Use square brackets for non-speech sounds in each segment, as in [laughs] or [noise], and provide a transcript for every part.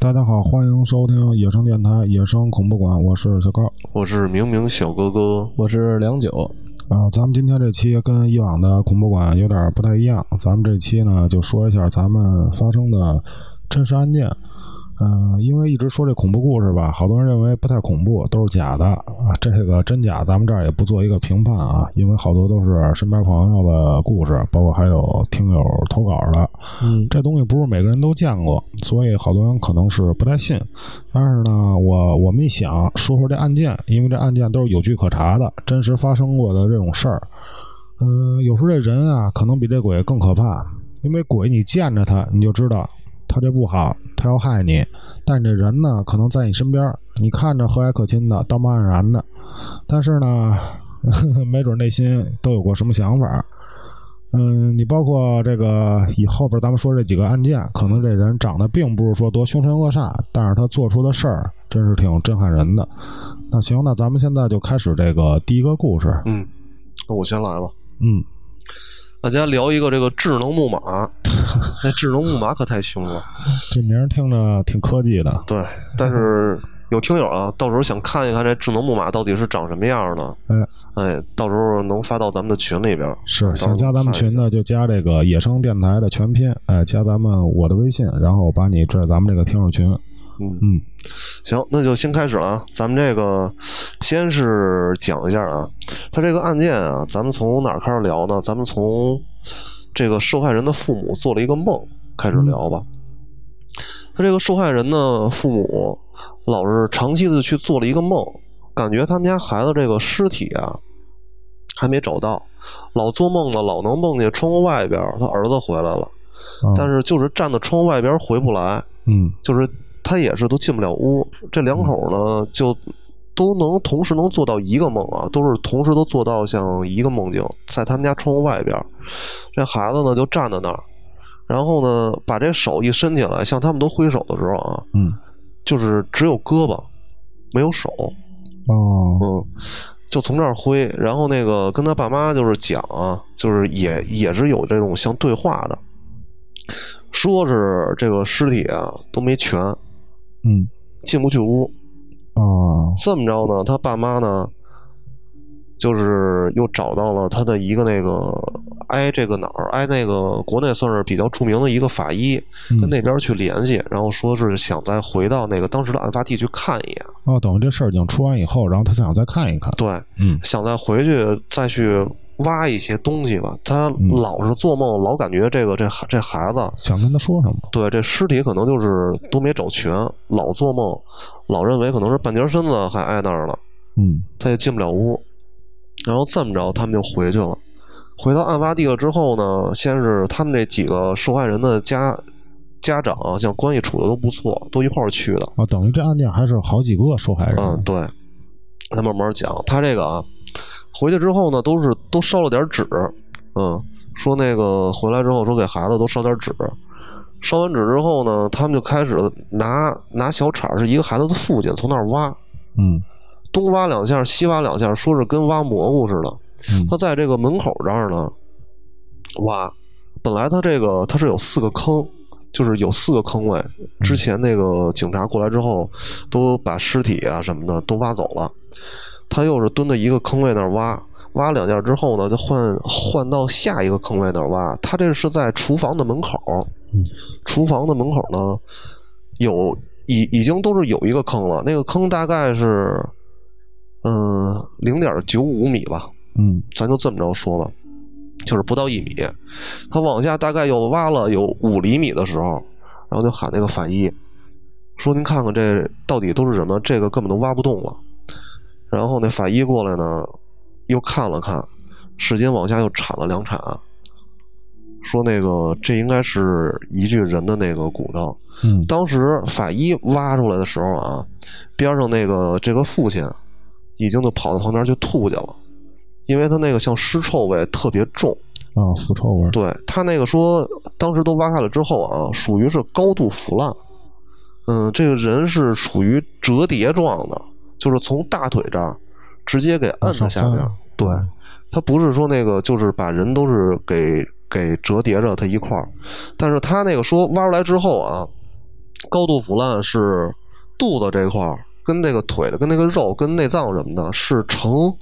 大家好，欢迎收听野生电台《野生恐怖馆》，我是小高。我是明明小哥哥，我是梁九，啊，咱们今天这期跟以往的恐怖馆有点不太一样，咱们这期呢就说一下咱们发生的真实案件。嗯、因为一直说这恐怖故事吧，好多人认为不太恐怖，都是假的啊。这个真假，咱们这儿也不做一个评判啊，因为好多都是身边朋友的故事，包括还有听友投稿的。嗯，这东西不是每个人都见过，所以好多人可能是不太信。但是呢，我我们一想说说这案件，因为这案件都是有据可查的，真实发生过的这种事儿。嗯，有时候这人啊，可能比这鬼更可怕，因为鬼你见着他，你就知道他这不好，他要害你。但这人呢，可能在你身边儿，你看着和蔼可亲的，道貌岸然的，但是呢， [laughs] 没准内心都有过什么想法儿。嗯，你包括这个以后边咱们说这几个案件，可能这人长得并不是说多凶神恶煞，但是他做出的事儿真是挺震撼人的。那行，那咱们现在就开始这个第一个故事。嗯，那我先来吧。嗯，大家聊一个这个智能木马， [laughs] 那智能木马可太凶了。这名儿听着挺科技的。对，但是有听友啊，到时候想看一看这智能木马到底是长什么样的，哎，哎，到时候能发到咱们的群里边。是想到时加候咱们看一下群的就加这个野生电台的全拼，哎，加咱们我的微信，然后把你拽到咱们这个听众群。嗯嗯，行，那就先开始了啊。咱们这个先是讲一下啊，他这个案件啊，咱们从哪儿开始聊呢？咱们从这个受害人的父母做了一个梦开始聊吧。他这个受害人呢，父母老是长期的去做了一个梦，感觉他们家孩子这个尸体啊还没找到，老做梦呢，老能梦见窗户外边儿他儿子回来了，啊但是就是站在窗户外边儿回不来。嗯就是他也是都进不了屋。这两口呢，就都能同时能做到一个梦啊，都是同时都做到像一个梦境，在他们家窗户外边儿，这孩子呢就站在那儿，然后呢把这手一伸起来，向他们都挥手的时候啊，嗯就是只有胳膊没有手，哦嗯，就从这儿挥。然后那个跟他爸妈就是讲啊，就是也也是有这种像对话的。说是这个尸体啊都没全，嗯进不去屋。哦这么着呢，他爸妈呢，就是又找到了他的一个那个挨这个哪儿挨那个国内算是比较著名的一个法医，嗯跟那边去联系，然后说是想再回到那个当时的案发地去看一眼，哦，等于这事儿已经出完以后，然后他想再看一看。对，嗯想再回去再去挖一些东西吧。他老是做梦，老感觉这个这孩这孩子想跟他说什么？对，这尸体可能就是都没找全，老做梦，老认为可能是半截身子还挨那儿了。嗯他也进不了屋。然后这么着，他们就回去了。回到案发地了之后呢，先是他们这几个受害人的家家长啊，像关系处的都不错，都一块儿去的。啊，等于这案件还是好几个受害人。嗯，对。他慢慢讲，他这个啊，回去之后呢，都是都烧了点纸，嗯，说那个回来之后说给孩子都烧点纸。烧完纸之后呢，他们就开始拿拿小铲儿，是一个孩子的父亲从那儿挖，嗯东挖两下，西挖两下，说是跟挖蘑菇似的。嗯他在这个门口这儿呢，挖，本来他这个他是有四个坑，就是有四个坑位。之前那个警察过来之后，都把尸体啊什么的都挖走了。他又是蹲在一个坑位那儿挖，挖两下之后呢，就换换到下一个坑位那儿挖。他这是在厨房的门口，厨房的门口呢有已已经都是有一个坑了，那个坑大概是嗯零点九五米吧，嗯咱就这么着说吧，就是不到一米，他往下大概有挖了有五厘米的时候，然后就喊那个法医说：“您看看这到底都是什么？这个根本都挖不动了。”然后那法医过来呢，又看了看，使劲往下又铲了两铲，啊说：“那个这应该是一具人的那个骨头。”嗯当时法医挖出来的时候啊，边上那个这个父亲已经就跑到旁边去吐去了，因为他那个像尸臭味特别重。啊，腐臭味儿。对他那个说，当时都挖开了之后啊，属于是高度腐烂。嗯，这个人是属于折叠状的，就是从大腿这儿直接给摁到往上下边翻儿。对，他不是说那个，就是把人都是给给折叠着他一块儿，但是他那个说挖出来之后啊，高度腐烂是肚子这块儿跟那个腿的、跟那个肉、跟内脏什么的，是呈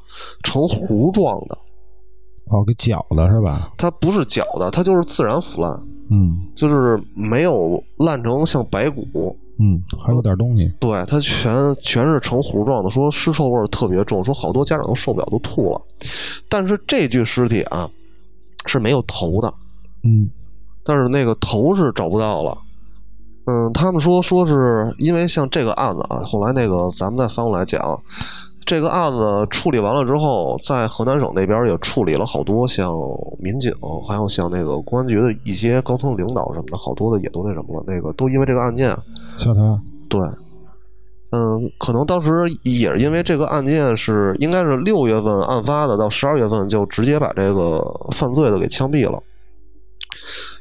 呈糊状的，哦，给绞的是吧？它不是绞的，它就是自然腐烂，嗯就是没有烂成像白骨。嗯，还有点东西。对，它全全是呈糊状的，说尸臭味儿特别重，说好多家长都受不了，都吐了。但是这具尸体啊是没有头的，嗯但是那个头是找不到了。嗯，他们说说是因为像这个案子啊，后来那个咱们再翻过来讲，这个案子处理完了之后，在河南省那边也处理了好多像民警，还有像那个公安局的一些高层领导什么的，好多的也都那什么了，那个都因为这个案件下台。对，嗯，可能当时也是因为这个案件是应该是六月份案发的，到十二月份就直接把这个犯罪的给枪毙了。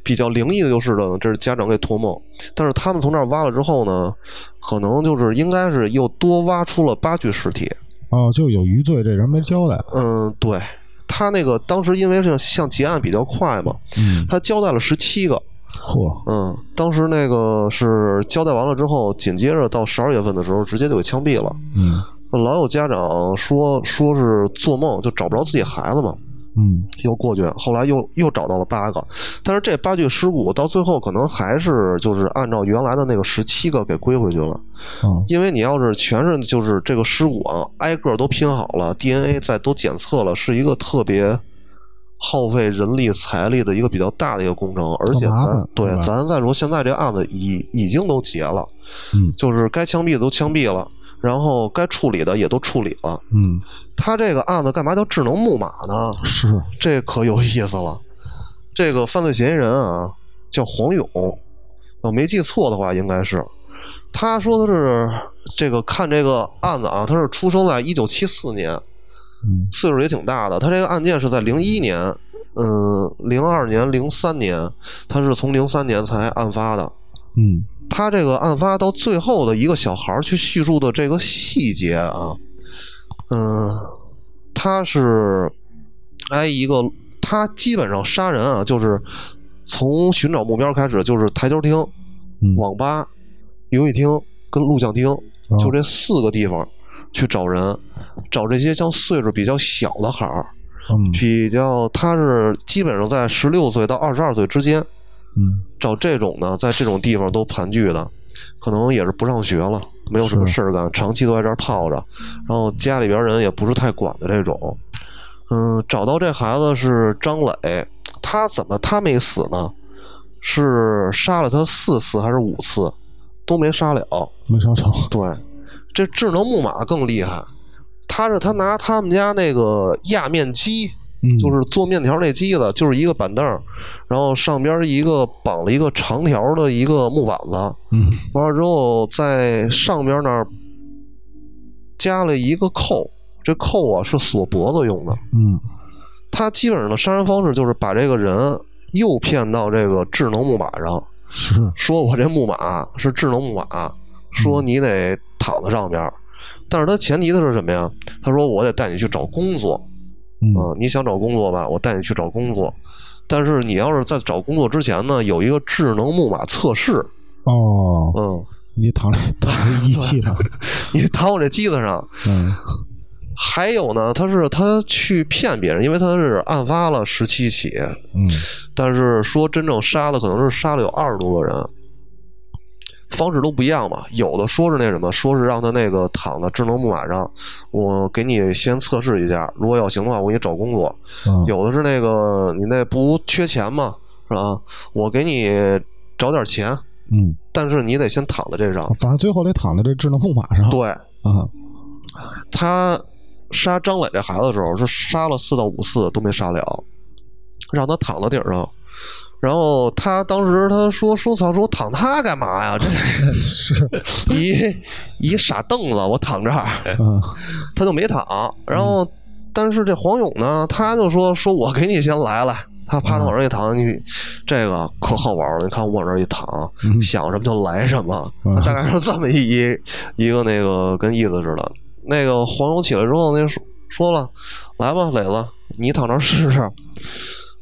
比较灵异的就是呢，这是家长给托梦，但是他们从这儿挖了之后呢，可能就是应该是又多挖出了八具尸体。哦，就有余罪，这人没交代。嗯，对他那个当时因为像像结案比较快嘛，嗯，他交代了十七个，嚯，嗯，当时那个是交代完了之后，紧接着到十二月份的时候，直接就给枪毙了。嗯老有家长说说是做梦就找不着自己孩子嘛，嗯，又过去，后来又又找到了八个，但是这八具尸骨到最后可能还是就是按照原来的那个十七个给归回去了，哦，因为你要是全是就是这个尸骨啊，挨个都拼好了，DNA 再都检测了，是一个特别。耗费人力财力的一个比较大的一个工程，而且很麻咱烦对是吧咱再说，现在这案子已已经都结了，嗯就是该枪毙的都枪毙了，然后该处理的也都处理了，嗯，他这个案子干嘛叫智能木马呢？是，这可有意思了。这个犯罪嫌疑人啊，叫黄勇，我没记错的话，应该是。他说的是这个看这个案子啊，他是出生在一九七四年，嗯岁数也挺大的。他这个案件是在零一年，嗯，零二年、零三年，他是从零三年才案发的。嗯他这个案发到最后的一个小孩儿去叙述的这个细节啊，嗯、他是挨一个，他基本上杀人啊，就是从寻找目标开始，就是台球厅、嗯，网吧、游戏厅跟录像厅，就这四个地方去找人，找这些像岁数比较小的孩儿，嗯比较他是基本上在十六岁到二十二岁之间，嗯找这种呢，在这种地方都盘踞的，可能也是不上学了，没有什么是事儿干，长期都在这儿泡着，然后家里边人也不是太管的这种。嗯，找到这孩子是张磊，他怎么他没死呢？是杀了他四次还是五次，都没杀了。没杀成，对，这智能木马更厉害，他是他拿他们家那个压面机，嗯，就是做面条那机子，就是一个板凳儿，然后上边儿一个绑了一个长条的一个木板子，嗯完了之后在上边儿那儿加了一个扣，这扣啊是锁脖子用的。嗯他基本上的杀人方式就是把这个人诱骗到这个智能木马上，是，说我这木马是智能木马，说你得躺在上边儿。但是他前提的是什么呀？他说我得带你去找工作，嗯嗯，你想找工作吧，我带你去找工作。但是你要是在找工作之前呢，有一个智能木马测试，哦，嗯，你躺在躺在仪器 [laughs] 上，你躺我这机子上。嗯还有呢，他是他去骗别人，因为他是案发了十七起，嗯但是说真正杀的可能是杀了有二十多个人，方式都不一样嘛。有的说是那什么，说是让他那个躺在智能木马上，我给你先测试一下，如果要行的话，我给你找工作。嗯，有的是那个你那不缺钱嘛，是吧？我给你找点钱，嗯，但是你得先躺在这上。反正最后得躺在这智能木马上，对啊，他杀张磊这孩子的时候是杀了四到五次都没杀了，让他躺到顶上。然后他当时他说说操，说我躺他干嘛呀？这是，一一傻凳子，我躺这儿，嗯他就没躺。然后，但是这黄勇呢，他就说说我给你先来来，他啪他往这一躺，你这个可好玩了，你看我往这一躺，嗯想什么就来什么，嗯大概是这么一一一个那个跟意思似的。那个黄勇起来之后，那说说了，来吧，磊子，你躺这儿试试。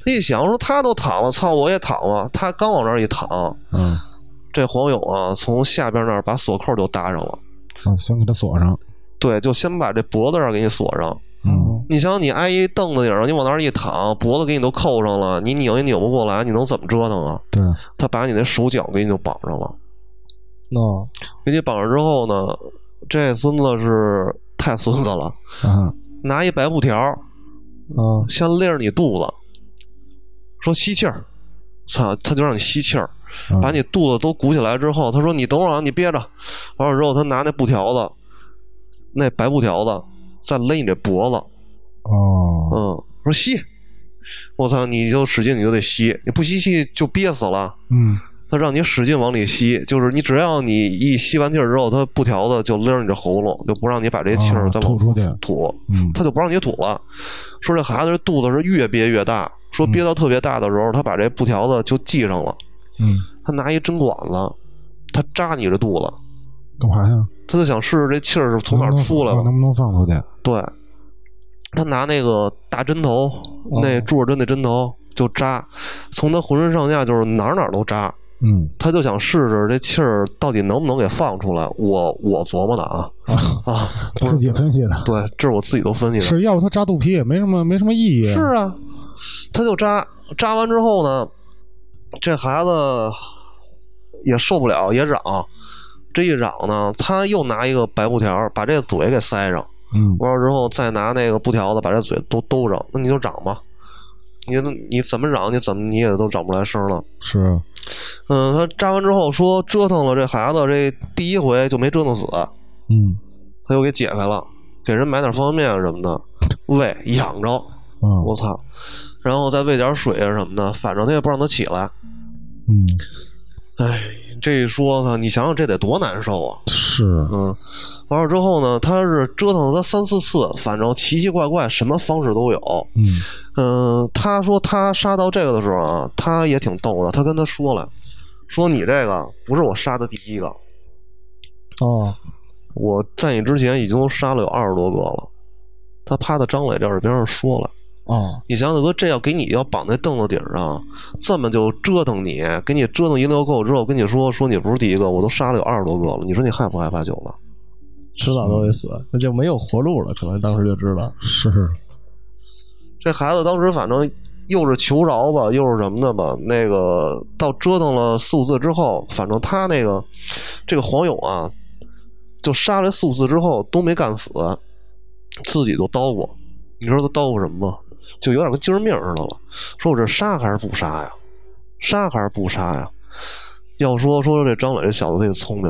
他一想说他都躺了，操，我也躺吧。他刚往这儿一躺，嗯这这黄勇啊，从下边那儿把锁扣就搭上了，啊，先给他锁上。对，就先把这脖子这儿给你锁上。嗯，你想，你挨一凳子顶上，你往那儿一躺，脖子给你都扣上了，你拧也拧不过来，你能怎么折腾啊？对，他把你那手脚给你就绑上了，那给你绑上之后呢，这孙子是 [laughs] 太孙子了，啊，拿一白布条儿啊先勒着你肚子，说吸气儿，操，他就让你吸气儿，啊把你肚子都鼓起来之后，他说你等会儿啊，你憋着。完了之后，他拿那布条子，那白布条子再勒你这脖子，哦，嗯，说吸。我操，你就使劲，你就得吸，你不吸气就憋死了。嗯，他让你使劲往里吸，就是你只要你一吸完气儿之后，他布条子就勒着你的喉咙，就不让你把这气儿啊再吐往出去，吐，嗯，他就不让你吐了。说这孩子这肚子是越憋越大，说憋到特别大的时候，他把这布条子就系上了。嗯，他拿一针管子，他扎你这肚子，干嘛呀？他就想试试这气儿是从哪儿能不能出来啊的。能不能放出去？对，他拿那个大针头，那注射针那针头就扎，从他浑身上下就是哪儿哪儿都扎。嗯，他就想试试这气儿到底能不能给放出来。我我琢磨的啊啊，不自是己分析的，对，这是我自己都分析的。是要不他扎肚皮也没什么没什么意义。是啊，他就扎，扎完之后呢，这孩子也受不了，也嚷。这一嚷呢，他又拿一个白布条儿把这嘴给塞上，嗯，完了之后再拿那个布条子把这嘴都兜上。那你就嚷吧，你你怎么嚷，你怎么你也都嚷不来声了。是，嗯，他扎完之后说折腾了这孩子，这第一回就没折腾死，嗯，他又给解开了，给人买点方便面什么的，喂养着。啊，我操！然后再喂点水啊什么的，反正他也不让他起来。嗯，哎，这一说呢，你想想这得多难受啊！是，嗯，完了之后呢，他是折腾了他三四次，反正奇奇怪怪，什么方式都有。嗯，嗯，他说他杀到这个的时候啊，他也挺逗的，他跟他说了，说你这个不是我杀的第一个，啊我在你之前已经杀了有二十多个了。他趴在张磊这耳边上说了。啊你想想，哥，这要给你要绑在凳子顶上，这么就折腾你，给你折腾一溜够之后，跟你说说你不是第一个，我都杀了有二十多个了，你说你害不害怕九子？迟早都得死，那就没有活路了。可能当时就知道，是，这孩子当时反正又是求饶吧，又是什么的吧，那个到折腾了四五次之后，反正他那个这个黄勇啊，就杀了四五次之后都没干死，自己就叨咕，你知道他叨咕什么吗？就有点跟精神病似的了，说我这杀还是不杀呀？杀还是不杀呀？要说说这张磊这小子这聪明，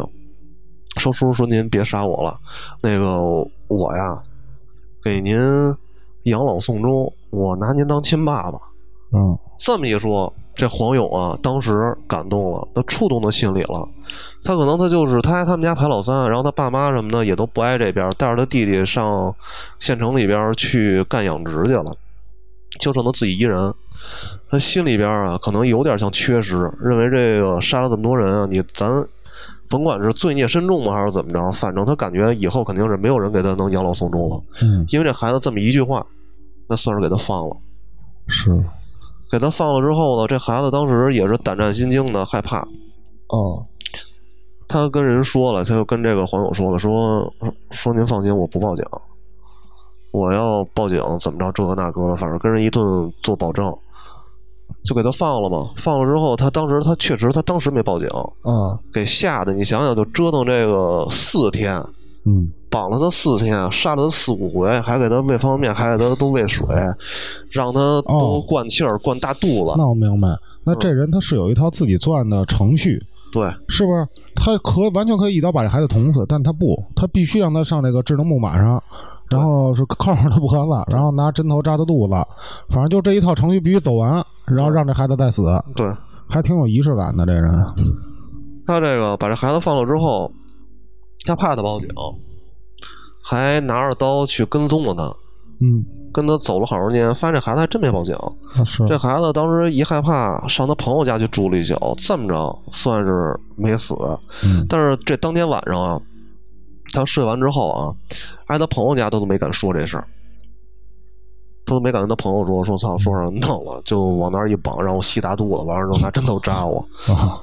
说叔叔说您别杀我了，那个我呀，给您养老送终，我拿您当亲爸爸。嗯，这么一说，这黄勇啊，当时感动了，他触动到心里了。他可能他就是他他们家排老三，然后他爸妈什么的也都不挨这边，带着他弟弟上县城里边去干养殖去了，就剩他自己一人。他心里边啊，可能有点像缺失，认为这个杀了这么多人啊，你咱甭管是罪孽深重吧，还是怎么着，反正他感觉以后肯定是没有人给他能养老送终了，嗯，因为这孩子这么一句话，那算是给他放了。是，给他放了之后呢，这孩子当时也是胆战心惊的，害怕。哦他跟人说了，他就跟这个黄勇说了，说说您放心，我不报警，我要报警怎么着这个那个的，反正跟人一顿做保证，就给他放了嘛。放了之后，他当时他确实他当时没报警，啊给吓得你想想，就折腾这个四天，嗯，绑了他四天，杀了他四五回，还给他喂方便面，还给他都喂水，让他都哦灌气儿、灌大肚子。那我明白，那这人他是有一套自己作案的程序，对，是不是？他可完全可以一刀把这孩子捅死，但他不，他必须让他上这个智能木马上，然后是铐上他不管嗯了，然后拿针头扎他肚子，反正就这一套程序必须走完，然后让这孩子再死，对。还挺有仪式感的这人。他这个把这孩子放了之后，他怕他报警，还拿着刀去跟踪了他，嗯，跟他走了好长时间，发现这孩子还真没报警。那是这孩子当时一害怕，上他朋友家去住了一宿，这么着算是没死。嗯但是这当天晚上啊，他睡完之后啊，挨他朋友家他都没敢说这事儿。他都没敢跟他朋友说，说操，说让人弄了，就往那儿一绑，让我吸大肚子，完了之后拿针头扎我。啊，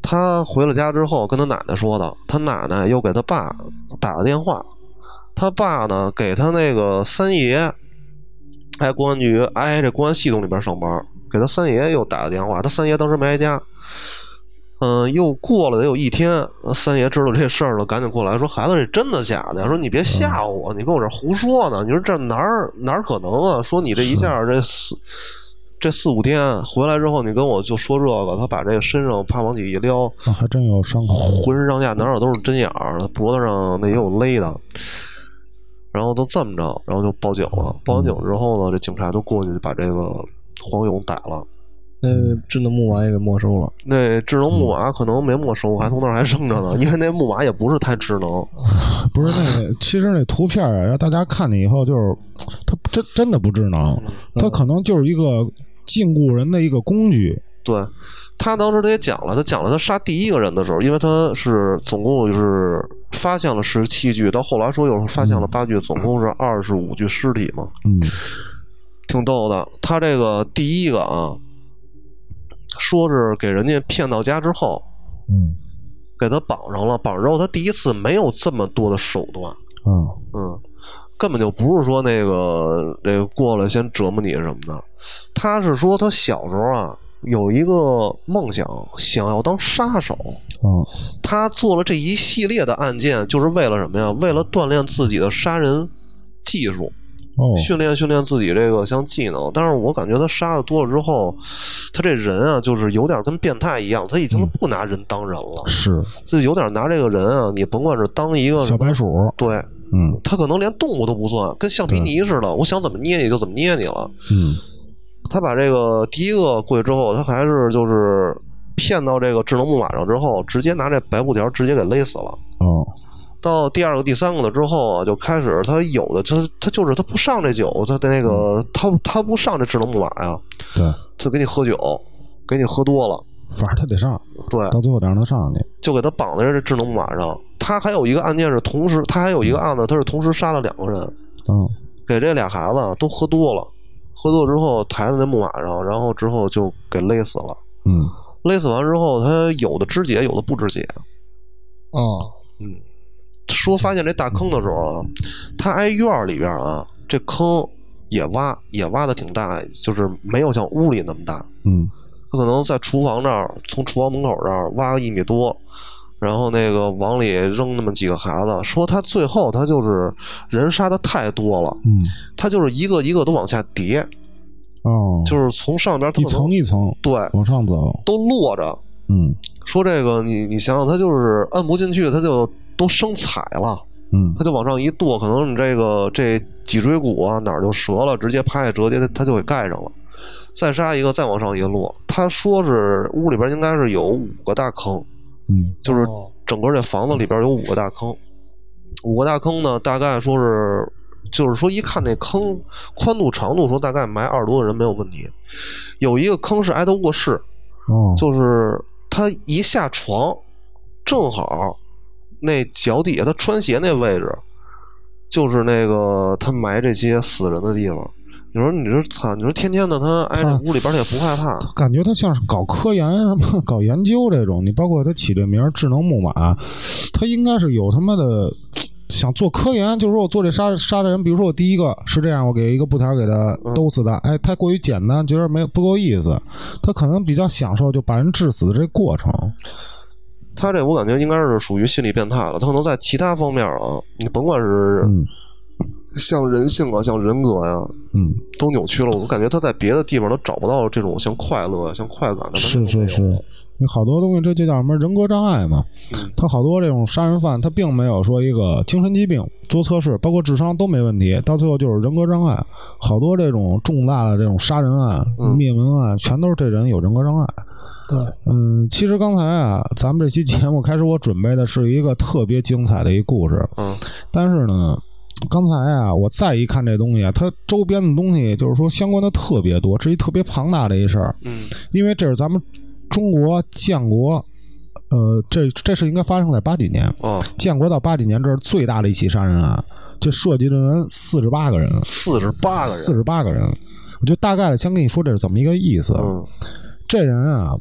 他回了家之后跟他奶奶说的，他奶奶又给他爸打了电话，他爸呢给他那个三爷，挨公安局挨这公安系统里边上班，给他三爷又打了电话，他三爷当时没挨家。嗯，又过了得有一天，三爷知道这事儿了，赶紧过来说：“孩子，这真的假的呀？说你别吓唬我，你跟我这儿胡说呢！你说这哪儿哪儿可能啊？说你这一下这四这四五天回来之后，你跟我就说这个，他把这个身上啪往起一撩，啊还真有伤口。浑身上下哪有都是针眼儿，脖子上那也有勒的。然后都这么着，然后就报警了。报完警之后呢，这警察就过去把这个黄勇逮了。那智能木马也给没收了，那智能木马可能没没收，还从那儿还剩着呢，因为那木马也不是太智能。不是那，其实那图片啊，让大家看了以后，就是它真真的不智能，嗯它可能就是一个禁锢人的一个工具。对他当时他也讲了，他讲了他杀第一个人的时候，因为他是总共是发现了十七具，到后来说又发现了八具，总共是二十五具尸体嘛，嗯挺逗的。他这个第一个啊，说是给人家骗到家之后，嗯给他绑上了，绑上之后他第一次没有这么多的手段，啊嗯，根本就不是说那个那个过来先折磨你什么的，他是说他小时候啊有一个梦想，想要当杀手。啊嗯他做了这一系列的案件，就是为了什么呀？为了锻炼自己的杀人技术，哦训练训练自己这个项技能。但是我感觉他杀的多了之后，他这人啊，就是有点跟变态一样，他已经不拿人当人了，是就有点拿这个人啊，你甭管是当一个小白鼠，对嗯他可能连动物都不算，跟橡皮泥似的，我想怎么捏你就怎么捏你了。嗯他把这个第一个过去之后，他还是就是骗到这个智能木马上之后，直接拿这白布条直接给勒死了。哦到第二个、第三个了之后啊，就开始他有的他他就是他不上这酒，他的那个他他不上这智能木马呀，对，就给你喝酒，给你喝多了，反正他得上，对，到最后得让他上去。就给他绑在这智能木马上。他还有一个案件是同时，他还有一个案子，他是同时杀了两个人，嗯给这俩孩子啊都喝多了，喝多之后抬在那木马上，然后之后就给勒死了。嗯勒死完之后，他有的肢解，有的不肢解。哦，说发现这大坑的时候啊，他挨院儿里边啊，这坑也挖也挖的挺大，就是没有像屋里那么大。嗯他可能在厨房这儿，从厨房门口这儿挖个一米多，然后那个往里扔那么几个孩子。说他最后他就是人杀的太多了，嗯他就是一个一个都往下叠，哦，就是从上边他一可能层一层对往上走。都落着。嗯说这个你你想想，他就是摁不进去，他就都生踩了。嗯它就往上一跺，可能你这个这脊椎骨啊哪儿就折了，直接拍下折叠，它它就给盖上了。再杀一个，再往上一落。他说是屋里边应该是有五个大坑，嗯就是整个这房子里边有五个大坑。五个大坑呢，大概说是，就是说一看那坑宽度长度，说大概埋二十多个人没有问题。有一个坑是挨着卧室，哦就是他一下床，正好那脚底下他穿鞋那位置，就是那个他埋这些死人的地方。你说你这操，你说天天的他挨着他屋里边儿他也不害怕，感觉他像是搞科研什么、 [laughs] 搞研究这种。你包括他起这名儿“智能木马”，他应该是有他妈的想做科研，就是说我做这杀杀的人，比如说我第一个是这样，我给一个布条给他兜死的，哎，太过于简单，觉得没不够意思。他可能比较享受就把人致死的这过程。他这我感觉应该是属于心理变态了。他可能在其他方面啊，你甭管是嗯像人性啊，像人格呀、嗯，都扭曲了。我感觉他在别的地方都找不到这种像快乐、像快感的。是是是，你好多东西这就叫什么人格障碍嘛。他好多这种杀人犯，他并没有说一个精神疾病做测试，包括智商都没问题，到最后就是人格障碍。好多这种重大的这种杀人案、嗯灭门案，全都是这人有人格障碍。对，嗯，其实刚才啊，咱们这期节目开始，我准备的是一个特别精彩的一故事，嗯但是呢。刚才啊，我再一看这东西啊，它周边的东西就是说相关的特别多，这是一特别庞大的一事儿。嗯因为这是咱们中国建国，呃，这这是应该发生在八几年，啊，建国到八几年，这是最大的一起杀人案，这涉及的人四十八个人，四十八个人，四十八个人，我就大概的先跟你说这是怎么一个意思。嗯这人啊，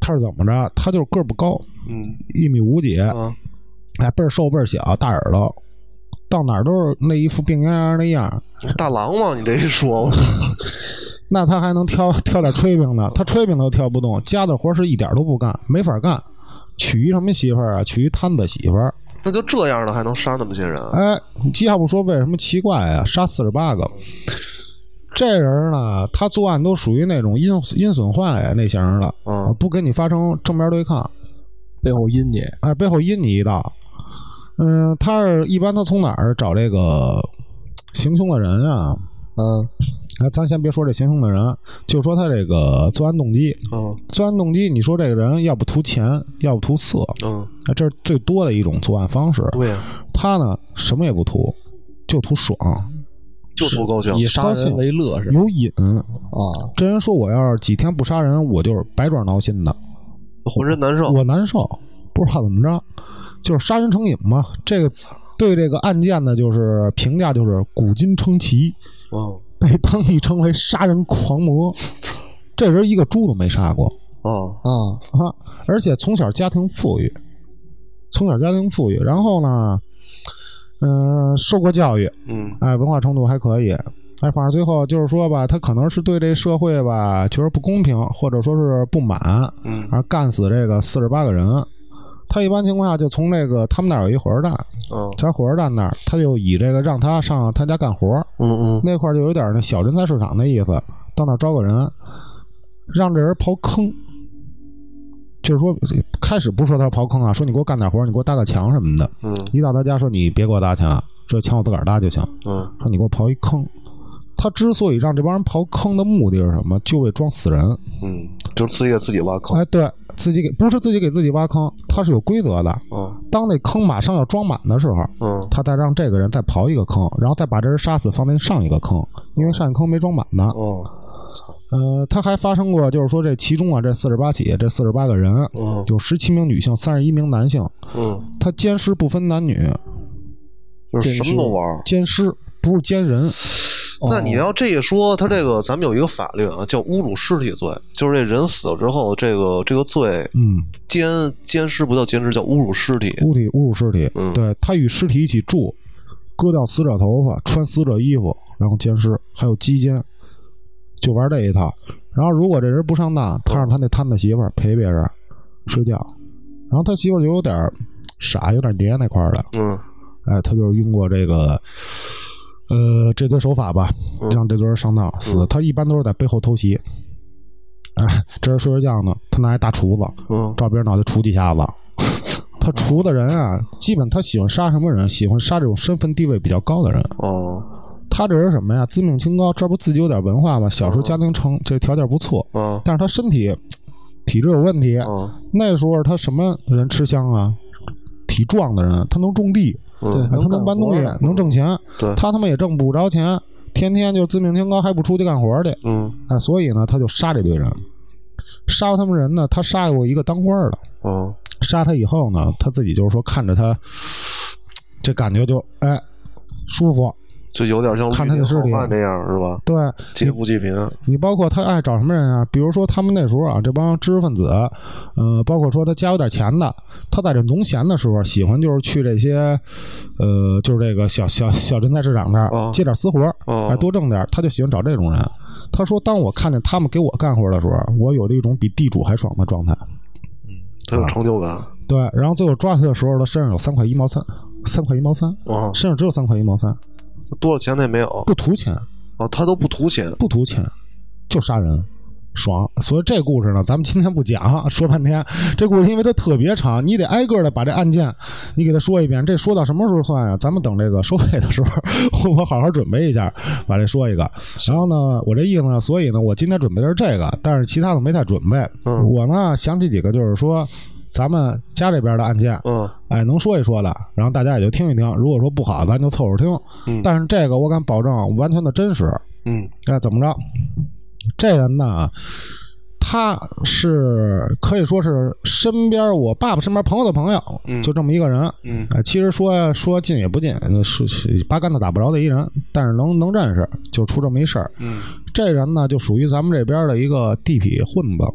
他是怎么着？他就是个儿不高，嗯一米五几，啊，哎，倍儿瘦倍儿小，大耳朵，到哪儿都是那一副病殃殃的样儿。大郎嘛，你这一说，我那他还能挑挑点炊饼呢？他炊饼都挑不动，家的活儿是一点儿都不干，没法干。娶一什么媳妇儿啊？娶一摊子媳妇儿。那就这样了，还能杀那么些人？啊哎，要不说为什么奇怪啊？杀四十八个，这人呢，他作案都属于那种因因损坏那型儿的，啊，不跟你发生正面对抗，背后阴你，哎，背后阴你一道。嗯，他是一般他从哪儿找这个行凶的人啊？嗯，哎，咱先别说这行凶的人，就说他这个作案动机。嗯作案动机，你说这个人要不图钱，要不图色，嗯，哎这是最多的一种作案方式。对呀，他呢，什么也不图，就图爽，就图高兴。以杀高兴人为乐是吧？有瘾。啊，这人说我要是几天不杀人，我就是百爪挠心的，浑身难受。我难受，不知道怎么着，就是杀人成瘾嘛。这个对这个案件呢，就是评价就是古今称奇，嗯被当地称为杀人狂魔。这人一个猪都没杀过啊，啊，啊，而且从小家庭富裕，从小家庭富裕，然后呢，嗯、受过教育，嗯哎，文化程度还可以。哎，反正最后就是说吧，他可能是对这社会吧觉得不公平，或者说是不满，嗯而干死这个四十八个人。他一般情况下就从这个他们那儿有一火车站，啊，在火车站那儿，他就以这个让他上他家干活儿嗯嗯那块儿就有点那小人才市场的意思，到那儿招个人，让这人刨坑。就是说，开始不是说他刨坑啊，说你给我干点活儿，你给我搭个墙什么的。嗯一到他家说你别给我搭墙啊，这墙我自个儿搭就行。嗯说你给我刨一坑。他之所以让这帮人刨坑的目的是什么？就为装死人。嗯，就是自己给自己挖坑。哎，对自己给不是自己给自己挖坑，他是有规则的。啊当那坑马上要装满的时候，嗯他再让这个人再刨一个坑，然后再把这人杀死，放进上一个坑，因为上一个坑没装满呢。哦呃，他还发生过，就是说这其中啊，这四十八起，这四十八个人，嗯有十七名女性，三十一名男性，嗯，他奸尸不分男女，就是哦什么都玩儿。奸尸不是奸人，那你要这一说，他这个咱们有一个法律啊，叫侮辱尸体罪，就是这人死了之后，这个这个罪嗯，奸奸尸不叫奸尸，叫侮辱尸体。物体侮辱尸体，嗯对他与尸体一起住，割掉死者头发，穿死者衣服，然后奸尸，还有鸡奸，就玩这一套。然后如果这人不上当，他让他那摊子媳妇儿陪别人睡觉，然后他媳妇儿就有点儿傻，有点黏那块儿了，嗯哎，他就是用过这个。呃，这堆手法吧，嗯让这堆人上当死。他一般都是在背后偷袭。哎，这人睡着觉呢，他拿一大厨子，嗯照别人脑袋杵几下子。他除的人啊，基本他喜欢杀什么人？喜欢杀这种身份地位比较高的人。哦他这人什么呀？自命清高，这不自己有点文化吗？小时候嗯家庭成这条件不错，啊但是他身体体质有问题。啊那时候他什么人吃香啊？体壮的人，他能种地，嗯他能搬东西，能挣钱。对他他妈也挣不着钱，天天就自命清高，还不出去干活去。嗯哎，所以呢，他就杀这堆人。杀了他们人呢，他杀过一个当官的。哦杀他以后呢，他自己就是说看着他，这感觉就哎舒服。就有点像看他的尸体绿林好汉这样是吧？对劫富济贫。你包括他爱找什么人啊？比如说他们那时候啊，这帮知识分子，呃，包括说他家有点钱的，他在这农闲的时候，喜欢就是去这些，呃，就是这个小小小人才市场这儿、哦接点私活儿，哎，哦多挣点儿。他就喜欢找这种人。他说，当我看见他们给我干活的时候，啊我有了一种比地主还爽的状态。他有成就感。对，然后最后抓他的时候，他身上有三块一毛三，三块一毛三，啊，身上只有三块一毛三。多少钱他也没有不图钱，啊，他都不图钱。不图钱，就杀人，爽。所以这故事呢，咱们今天不讲， [laughs] 说半天。这故事因为它特别长，你得挨个的把这案件你给他说一遍。这说到什么时候算呀、咱们等这个收费的时候， [laughs] 我好好准备一下，把这说一个。然后呢，我这意思呢，所以呢，我今天准备的是这个，但是其他的没太准备。嗯我呢想起几个，就是说。咱们家这边的案件，嗯哎，能说一说的，然后大家也就听一听。如果说不好，咱就凑合听。嗯但是这个我敢保证啊完全的真实，嗯哎，怎么着？这人呢，他是可以说是身边我爸爸身边朋友的朋友，嗯就这么一个人。嗯哎，其实说呀说近也不近，是是八竿子打不着的一人，但是能能认识，就出这么一事儿。嗯这人呢，就属于咱们这边的一个地痞混子，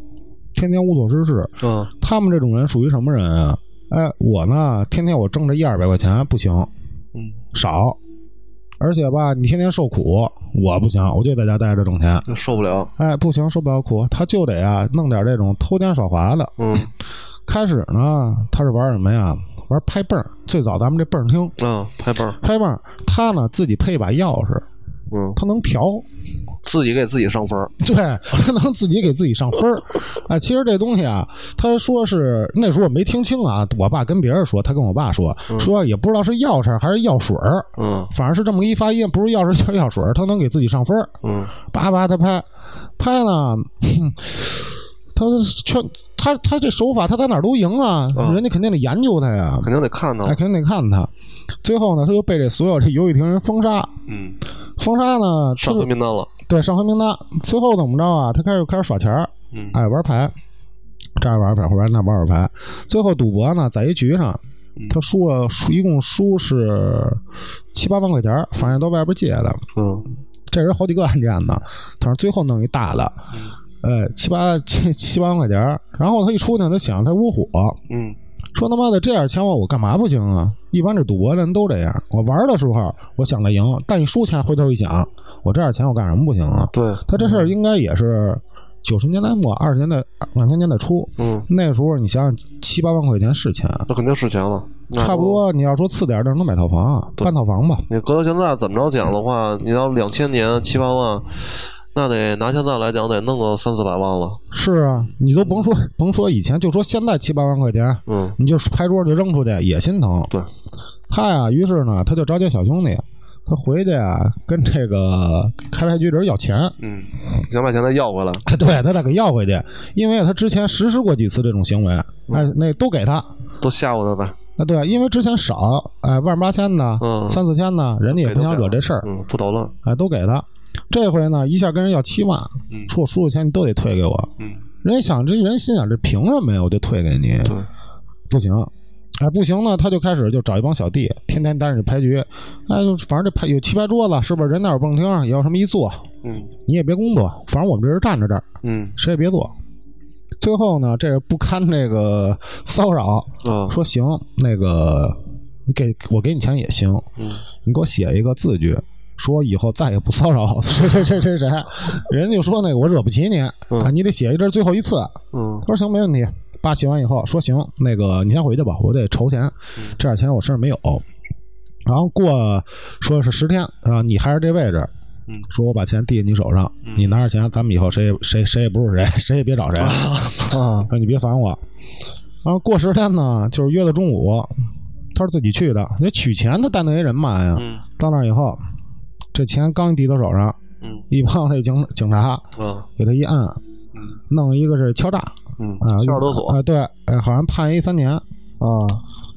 天天无所事事。嗯他们这种人属于什么人啊？哎，我呢，天天我挣这一二百块钱不行，嗯，少，而且吧，你天天受苦，我不行，我就在家待着挣钱。那受不了，哎，不行，受不了苦，他就得啊，弄点这种偷奸耍滑的。嗯开始呢，他是玩什么呀？玩拍泵儿。最早咱们这泵儿厅啊，拍棒儿，拍泵儿，他呢自己配一把钥匙，嗯，他能调，自己给自己上分儿， [laughs] 对他能自己给自己上分儿。哎，其实这东西啊，他说是那时候我没听清啊，我爸跟别人说，他跟我爸说，说也不知道是钥匙还是药水儿，嗯反正是这么一发音，不是钥匙就是药水儿，他能给自己上分儿。嗯叭叭的拍，拍了，哼他全他他这手法他在哪儿都赢啊，嗯人家肯定得研究他呀，肯定得看到哎，，肯定得看他。最后呢，他就被这所有这游戏厅人封杀，嗯，封杀呢，上他黑就名单了，对上黑名单。最后怎么着啊？他开始开始耍钱儿，嗯爱玩牌，这儿玩牌，后边那玩会儿牌。最后赌博呢，在一局上，他输了，输一共输是七八万块钱儿，反正都外边借的。嗯这人好几个案件呢，但是最后弄一大的，呃，七八七七八万块钱儿。然后他一出去，他想他窝火，嗯说他妈的这点钱我我干嘛不行啊？一般这赌博人都这样，我玩的时候我想着赢，但一输钱回头一想，我这点钱我干什么不行啊？对，他这事儿应该也是九十年代末二十年代两千年代初，嗯，那时候你想想七八万块钱是钱，那肯定是钱了，那差不。多你要说次点儿，那能买套房啊，对半套房吧。你搁到现在怎么着讲的话，你要两千年七八万，那得拿现在来讲得弄个三四百万了。是啊，你都甭说甭说以前，就说现在七八万块钱，嗯你就拍桌就扔出去也心疼。对，他呀，于是呢，他就找几个小兄弟，他回去啊，跟这个开牌局的人要钱， [laughs] 嗯，想把钱再要回来。对他再给要回去，因为他之前实施过几次这种行为，嗯哎，那都给他。都吓唬他呗，啊，对，因为之前少，哎，万八千呢，嗯三四千呢，人家也不想惹这事儿，嗯，不捣乱，哎，都给他。这回呢，一下跟人要七万，嗯说我输的钱你都得退给我。嗯，人家想，这人心想，这凭什么呀？我就退给你。对，不行，哎，不行呢，他就开始就找一帮小弟，天天带着你牌局，哎，就反正这牌有棋牌桌子，是不是？人那有蹦厅，也有什么一坐，嗯你也别工作，反正我们这是站着这儿，嗯谁也别坐。最后呢，这不堪这个骚扰，啊，说行，那个你给我给你钱也行，嗯你给我写一个字据，说以后再也不骚扰 [laughs] 谁谁谁谁谁，人家就说那个我惹不起你、嗯啊，你得写一这最后一次，嗯他说行，没问题。爸写完以后说行，那个你先回去吧，我得筹钱，嗯这点钱我身上没有。然后过说是十天啊，你还是这位置嗯，说我把钱递你手上，你拿着钱，咱们以后谁也谁谁也不是谁，谁也别 [laughs] 找谁，啊，啊，你别烦我。然后过十天呢，就是约到中午，他是自己去的，那取钱他带那些人嘛呀，嗯到那儿以后，这钱刚一递到手上，嗯一帮这警警察啊给他一按，嗯弄一个是敲诈。嗯啊，，肖尔多索啊，对，哎，好像判一三年，啊，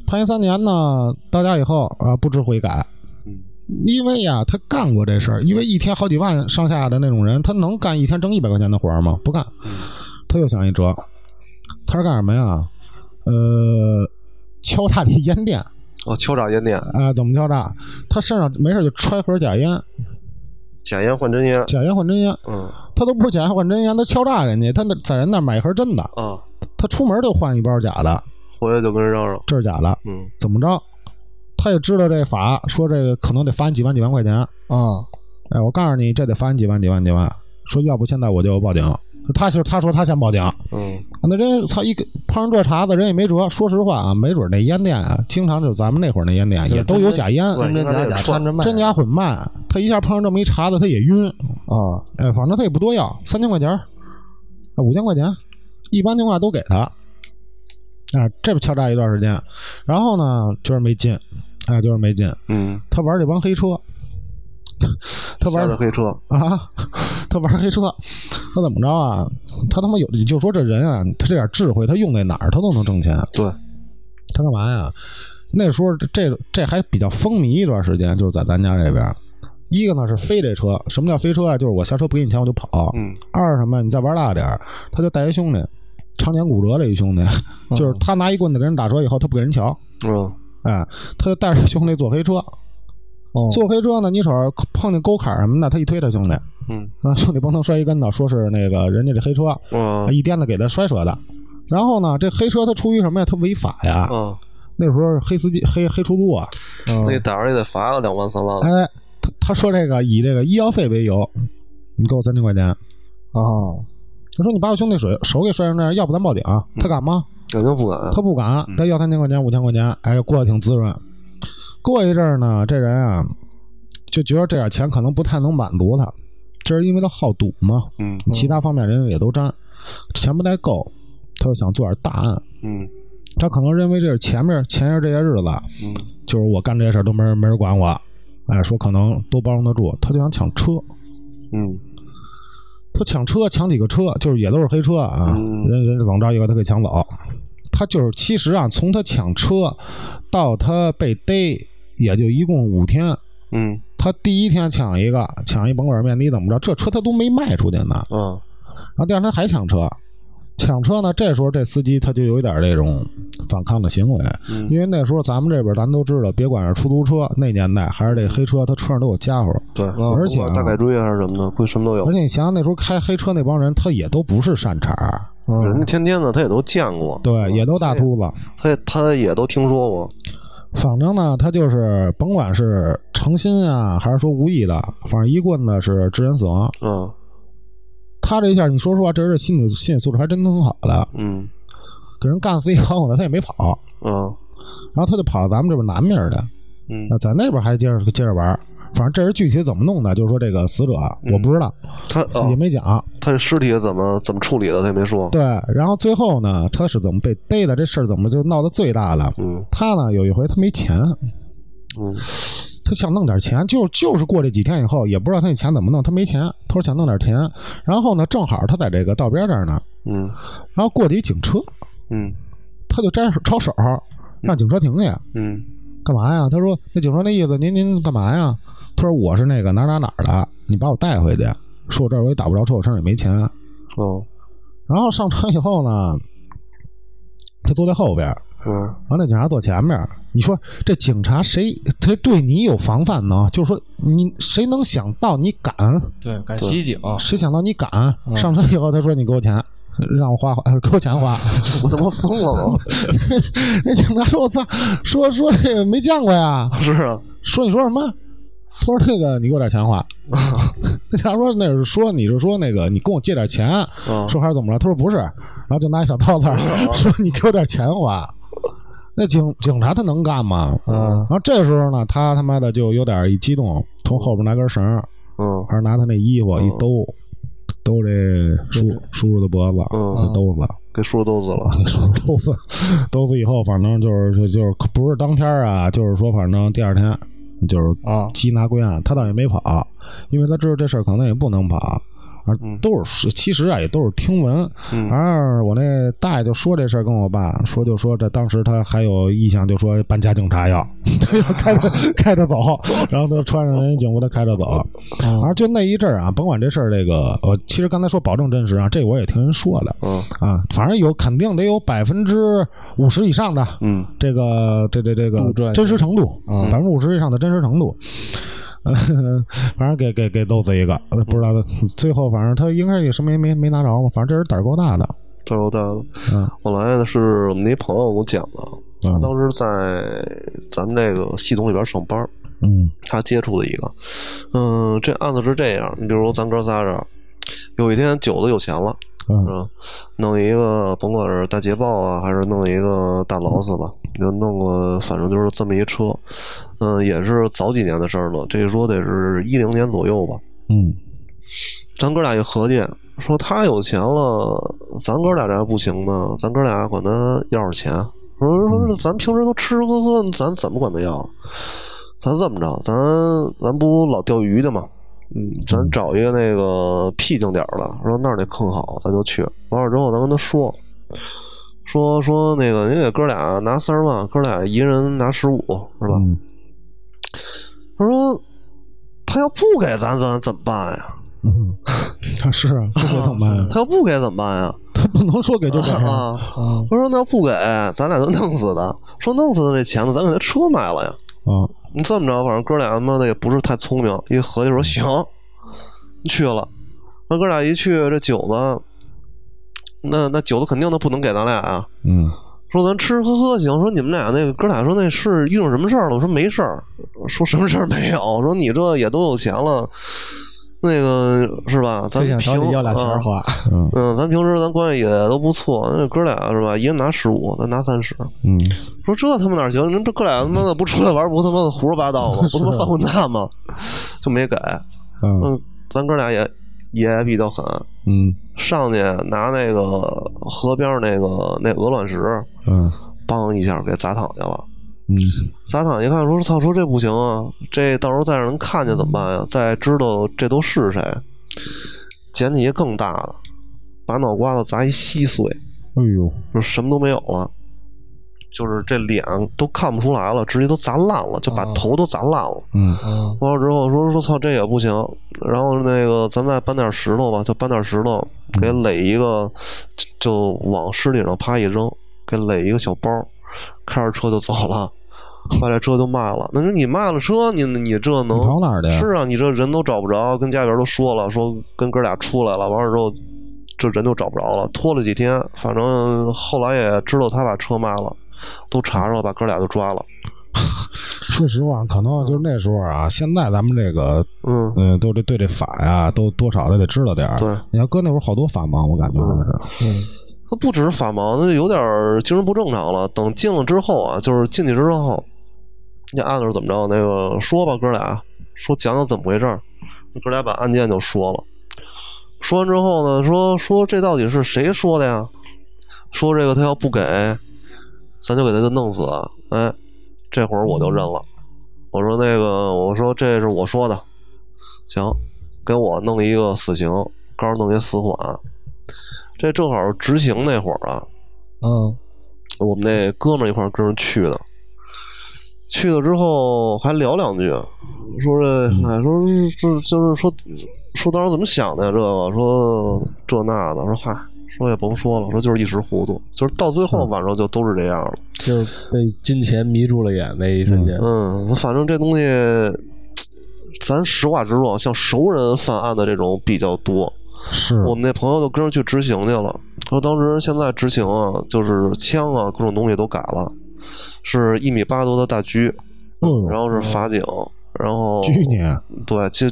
判一三年呢，到家以后啊，不知悔改，嗯因为呀，他干过这事儿，因为一天好几万上下的那种人，他能干一天挣一百块钱的活儿吗？不干，嗯他又想一辙，他是干什么呀？呃，敲诈这烟店哦，敲诈烟店，啊、怎么敲诈？他身上没事就揣盒假烟，假烟换真烟，假烟换真烟，嗯他都不是假烟换真烟，他敲诈人家，他那在人那儿买一盒真的，啊，他出门就换一包假的，回来就跟人嚷嚷，这是假的，嗯怎么着，他也知道这法，说这个可能得罚你几万几万块钱。啊，哎，我告诉你，这得罚你几万几万几万。说要不现在我就报警。他是他说他先报警，嗯那人操一个碰上这茬子，人也没辙。说实话啊，没准那烟店啊，经常就咱们那会儿那烟店啊对也都有假烟，对真真假假掺着卖，真假混卖。他一下碰上这么一茬子，他也晕。啊，哎，反正他也不多要，三千块钱儿，啊，五千块钱，一般情况下都给他。啊，这不敲诈一段时间，然后呢，就是没劲，啊，就是没劲。嗯，他玩这帮黑车，他他玩的黑车，啊，他玩黑车，他怎么着啊？他他妈有，就说这人啊，他这点智慧，他用在哪儿，他都能挣钱。对，他干嘛呀？那时候这这还比较风靡一段时间，就是在咱家这边。一个呢是飞这车，什么叫飞车啊？就是我下车不给你钱我就跑。嗯二是什么？你再玩大点儿，他就带一兄弟，常年骨折的一兄弟，就是他拿一棍子给人打折以后，他不给人瞧，嗯哎，他就带着兄弟坐黑车，哦，坐黑车呢，你瞅碰见沟坎儿什么的，他一推他兄弟，嗯啊，说你不能摔一跟头，说是那个人家这黑车啊一颠子给他摔折的。然后呢，这黑车它出于什么呀？它违法呀。啊，那时候是黑司机黑黑出租啊，那嗯打着也得罚个两万三万的。哎，他他说这个以这个医药费为由，你给我三千块钱。哦，他说你把我兄弟手手给摔成那样，要不咱报警、他敢吗？肯定不敢啊他不敢，他要三千块钱、五千块钱，哎，过得挺滋润。过一阵儿呢，这人啊就觉得这点钱可能不太能满足他，这是因为他好赌嘛，嗯其他方面人也都沾，钱不太够，他就想做点大案。嗯他可能认为这是前面前面这些日子，嗯就是我干这些事儿都没人没人管我，哎，说可能都包容得住，他就想抢车。嗯他抢车，抢几个车，就是也都是黑车啊，嗯人人怎么着也把他给抢走。他就是其实啊，从他抢车到他被逮，也就一共五天。嗯他第一天抢一个，抢一甭管面的怎么着，这车他都没卖出去呢。啊然后第二天还抢车，抢车呢，这时候这司机他就有一点这种反抗的行为，嗯因为那时候咱们这边咱都知道，别管是出租车那年代，还是这黑车，他车上都有家伙。对，而且啊大改锥还是什么的，会什么都有而。且你想想那时候开黑车那帮人，他也都不是善茬儿，人家天天的他也都见过，嗯对，也都大秃子。他也他也都听说过。反正呢，他就是甭管是诚心啊，还是说无意的，反正一棍子是致人死亡。嗯他这一下，你说实话，这人的心理心理素质还真挺好的，嗯给人干死一好的，他也没跑，嗯然后他就跑到咱们这边南面儿的，嗯那在那边还接着接着玩儿。反正这人具体怎么弄的，就是说这个死者我不知道，他啊也，没讲。他这尸体怎么怎么处理的，他也没说。对，然后最后呢，他是怎么被逮的？这事儿怎么就闹得最大了？嗯他呢有一回他没钱，嗯他想弄点钱，就就是过这几天以后，也不知道他那钱怎么弄，他没钱，他说想弄点钱，然后呢，正好他在这个道边这儿呢，嗯然后过去一警车，嗯他就摘手抄手，让警车停下，嗯干嘛呀？他说那警车那意思，您您干嘛呀？他说我是那个哪儿哪儿哪儿的，你把我带回去，说我这儿我也打不着车，我身上也没钱。哦然后上车以后呢，他坐在后边，嗯完了，警察坐前面儿，你说这警察谁他对你有防范呢？就是说你谁能想到你敢？对，敢袭警，谁想到你敢？上车以后他说你给我钱，让我花 [laughs] 花，给我钱花。我他妈疯了吗？那警察说我操，说说这个没见过呀， [laughs] 是啊，说你说什么？他说那个你给我点钱 [laughs] 花。那警察说那是说你是说那个你跟我借点钱，啊说还是怎么了？他说不是，然后就拿一小刀子儿 [laughs] 说你给我点钱花。那警警察他能干吗？嗯然后这时候呢，他他妈的就有点一激动，从后边拿根绳儿，嗯还是拿他那衣服嗯一兜，兜这叔叔叔的脖子，嗯这兜子， [laughs] 给说豆子了。给叔叔兜子，兜子以后，反正就是就就是不是当天儿啊，就是说反正第二天就是啊，缉拿归案，他倒也没跑，因为他知道这事儿可能也不能跑。而嗯都是其实啊，也都是听闻。嗯而我那大爷就说这事儿跟我爸说，就说这当时他还有意向，就说搬家警察要， [laughs] 他要开着 [laughs] 开着走，然后他穿上人家警服，他开着走。嗯而就那一阵儿啊，甭管这事儿这个，呃，其实刚才说保证真实啊，这我也听人说的嗯啊，反正有肯定得有百分之五十以上的嗯这个这这这杜个撰真实程度，嗯百分之五十以上的真实程度。 [laughs] 呃，反正给给给豆子一个，呃不知道最后反正他应该也什么也没没拿着嘛，反正这人胆儿够大的，这时候带了。嗯我来的是我们那朋友给我讲的，他嗯当时在咱们这个系统里边上班，嗯他接触的一个。嗯，这案子是这样，你比如咱哥仨这儿，有一天酒的有钱了，嗯是吧？弄一个甭管是大捷豹啊，还是弄一个大劳斯吧，就弄个反正就是这么一车。嗯，也是早几年的事儿了，这说得是一零年左右吧。嗯咱哥俩一合计，说他有钱了，咱哥俩这还不行呢，咱哥俩管他要点钱。我说说说，咱平时都吃吃喝喝，咱怎么管他要？咱这么着，咱咱不老钓鱼的嘛，嗯，咱找一个那个僻静点儿的，说那儿那坑好，咱就去。完了之后，咱跟他说，说说那个，您给哥俩拿三十万，哥俩一人拿十五，是吧？嗯他说他要不给咱，咱怎么办呀？嗯， [laughs] 他是 [laughs] 啊不给怎么办呀？他要不给怎么办呀？他不能说给就给 [laughs] 啊，啊，啊，我说那不给，咱俩就弄死他。说弄死他这钱呢，咱给他车卖了呀。啊你这么着，反正哥俩他妈的也不是太聪明，一合计说行，去了。那哥俩一去，这酒呢，那那酒的肯定那不能给咱俩啊。嗯说咱吃吃喝喝行，说你们俩那个哥俩说那是遇上什么事儿了？我说没事儿，说什么事儿没有。我说你这也都有钱了，那个是吧？咱就想平找你要俩钱儿啊花，嗯嗯，咱平时咱关系也都不错，那哥俩是吧？一人拿十五，咱拿三十。嗯，说这他妈哪行？您这哥俩他妈的不出来玩，不他妈的胡说八道吗？不他妈犯混蛋吗？ [laughs] 就没给。嗯嗯，咱哥俩也也比较狠，嗯上去拿那个河边儿那个那鹅卵石，嗯梆一下给砸躺下了。嗯砸躺一看，说操，说这不行啊，这到时候再让人看见怎么办呀？再知道这都是谁，捡起一更大的，把脑瓜子砸一稀碎。哎呦，就什么都没有了，就是这脸都看不出来了，直接都砸烂了，就把啊头都砸烂了。嗯嗯完了之后说说操，这也不行，然后那个咱再搬点石头吧，就搬点石头嗯给垒一个，就就往尸体上啪一扔，给垒一个小包，开着车就走了。把这车就卖了，那说你卖了车，你你这能你跑哪儿去呀是啊，你这人都找不着，跟家里边都说了，说跟哥俩出来了，完了之后这人就找不着了，拖了几天，反正后来也知道他把车卖了，都查着了，把哥俩就抓了。说实话，可能就是那时候啊，现在咱们这个嗯，嗯，都这对这法呀，都多少的得知道点儿。对，你要搁那会儿好多法盲，我感觉真是。嗯，他不只是法盲，那有点儿精神不正常了。等进了之后啊，就是进去之后，那案子是怎么着？那个说吧，哥俩说讲讲怎么回事儿。哥俩把案件就说了，说完之后呢，说说这到底是谁说的呀？说这个他要不给，咱就给他就弄死。哎，这会儿我就认了。我说那个，我说这是我说的，行，给我弄一个死刑，告诉弄一死缓。这正好执行那会儿啊，嗯，我们那哥们儿一块儿跟人去的，去了之后还聊两句，说这哎说这就是说说当时怎么想的呀？这个说这那的，说嗨，说也甭说了，说就是一时糊涂，就是到最后晚上就都是这样了。就是被金钱迷住了眼那一瞬间，嗯，反正这东西，咱实话直说，像熟人犯案的这种比较多。是，我们那朋友就跟着去执行去了。他说当时现在执行啊，就是枪啊，各种东西都改了，是一米八多的大狙，嗯然后是法警，然后去年，对，这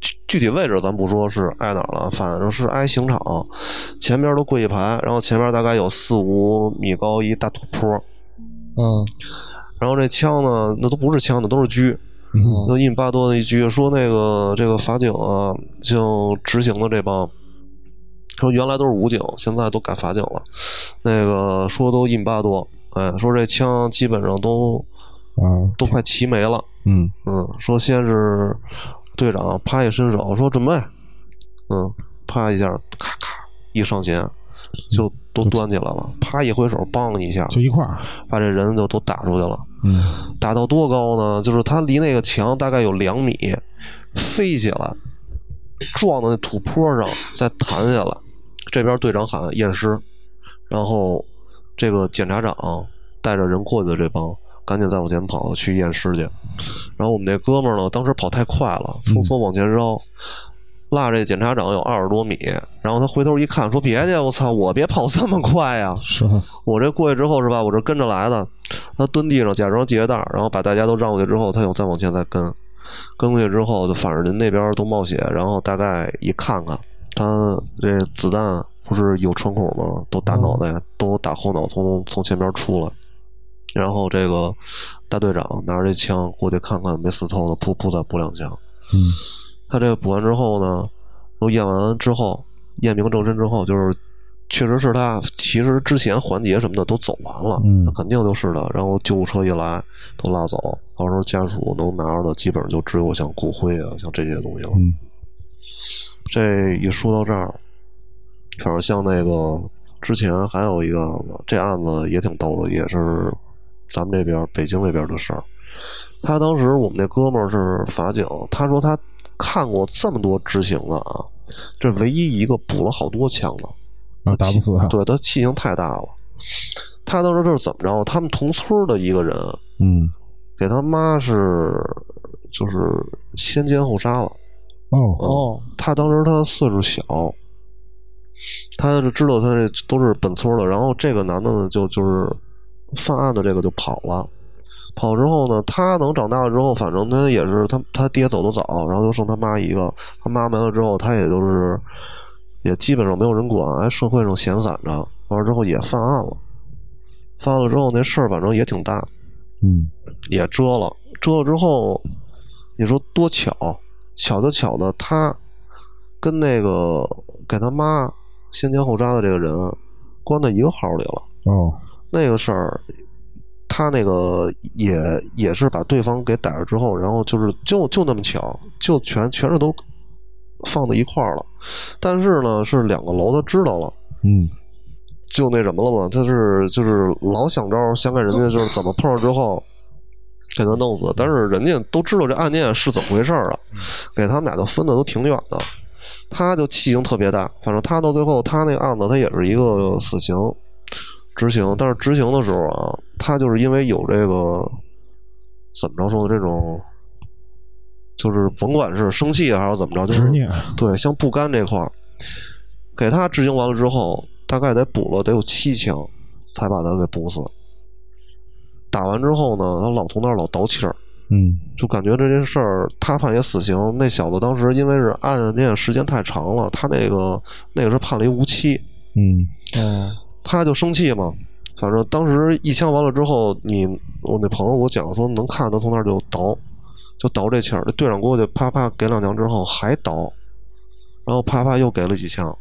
具具体位置咱不说是挨哪儿了，反正是挨刑场，前边都跪一排，然后前面大概有四五米高一大土坡，嗯然后这枪呢，那都不是枪，那都是狙。嗯那一米八多的一句说那个这个法警啊，就执行的这帮，说原来都是武警，现在都改法警了。那个说都一米八多，哎，说这枪基本上都啊，都快齐没了。嗯嗯，说先是队长啪一伸手，说准备，嗯，啪一下，咔咔一上弦，就都端起来了。啪一挥手，梆一下，就一块儿，把这人就都打出去了。嗯打到多高呢？就是他离那个墙大概有两米，飞起来，撞到那土坡上，再弹下来。这边队长喊验尸，然后这个检察长带着人过去的这帮，赶紧再往前跑去验尸去。然后我们那哥们儿呢，当时跑太快了，匆匆往前绕。落这检察长有二十多米，然后他回头一看，说：“别去，我操，我别跑这么快呀！”是，我这过去之后是吧？我这跟着来的，他蹲地上假装系鞋带儿，然后把大家都让过去之后，他又再往前再跟，跟过去之后，就反正人那边都冒血，然后大概一看看，他这子弹不是有穿孔吗？都打脑袋，都打后脑，从从前面出来，然后这个大队长拿着这枪过去看看没死透的，噗噗再补两枪。嗯他这个补完之后呢，都验完之后，验明正身之后，就是确实是他，其实之前环节什么的都走完了，嗯那肯定就是的。然后救护车一来，都拉走，到时候家属能拿着的，基本上就只有像骨灰啊，像这些东西了。嗯这一说到这儿，反正像那个之前还有一个案子，这案子也挺逗的，也是咱们这边儿北京这边儿的事儿。他当时我们那哥们儿是法警，他说他看过这么多执行的啊，这唯一一个补了好多枪的，啊，打不死他，对他气性太大了。他当时这是怎么着？他们同村儿的一个人嗯给他妈是就是先奸后杀了。哦，哦，他当时他岁数小，他就知道他这都是本村的。然后这个男的呢，就就是犯案的这个就跑了。跑之后呢，他能长大了之后，反正他也是他他爹走的早，然后就剩他妈一个。他妈没了之后，他也就是也基本上没有人管，哎，社会上闲散着。完了之后也犯案了，犯案了之后那事儿反正也挺大，嗯，也遮了，遮了之后，你说多巧，巧就巧的，他跟那个给他妈先奸后渣的这个人关到一个号里了。哦，那个事儿，他那个也也是把对方给逮着之后，然后就是就就那么巧，就全全是都放在一块儿了。但是呢，是两个楼他知道了。嗯，就那什么了嘛，他是就是老想招，想给人家就是怎么碰上之后给他弄死，但是人家都知道这案件是怎么回事儿了，给他们俩就分的都挺远的，他就气性特别大，反正他到最后他那个案子他也是一个死刑执行，但是执行的时候啊，他就是因为有这个怎么着说的这种。就是甭管是生气啊还是怎么着，就是执念，对，像不甘这块儿，给他执行完了之后，大概得补了得有七枪，才把他给补死。打完之后呢，他老从那儿老倒气儿，嗯，就感觉这件事儿他判也死刑，那小子当时因为是案件时间太长了，他那个那个是判了一无期，嗯，哦，他就生气嘛。反正当时一枪完了之后，你我那朋友给我讲说，能看他从那儿就倒，就倒这气儿。这队长过去啪啪给两枪之后还倒，然后啪啪又给了几枪。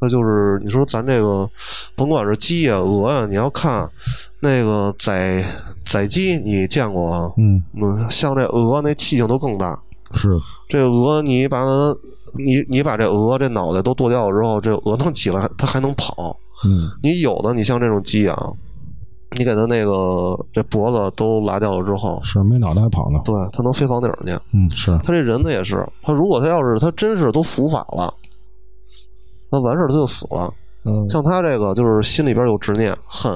那就是你说咱这个，甭管是鸡呀、鹅呀、你要看那个宰宰鸡，你见过啊？嗯，嗯，像这鹅那气性都更大。是，这鹅你把它，你你把这鹅这脑袋都剁掉了之后，这鹅能起来，它还能跑。嗯，你有的，你像这种鸡啊，你给它那个这脖子都拉掉了之后，是没脑袋跑呢，对，它能飞房顶去。嗯，是，他这人呢也是，他如果他要是他真是都伏法了，那完事儿他就死了。嗯，像他这个就是心里边有执念恨，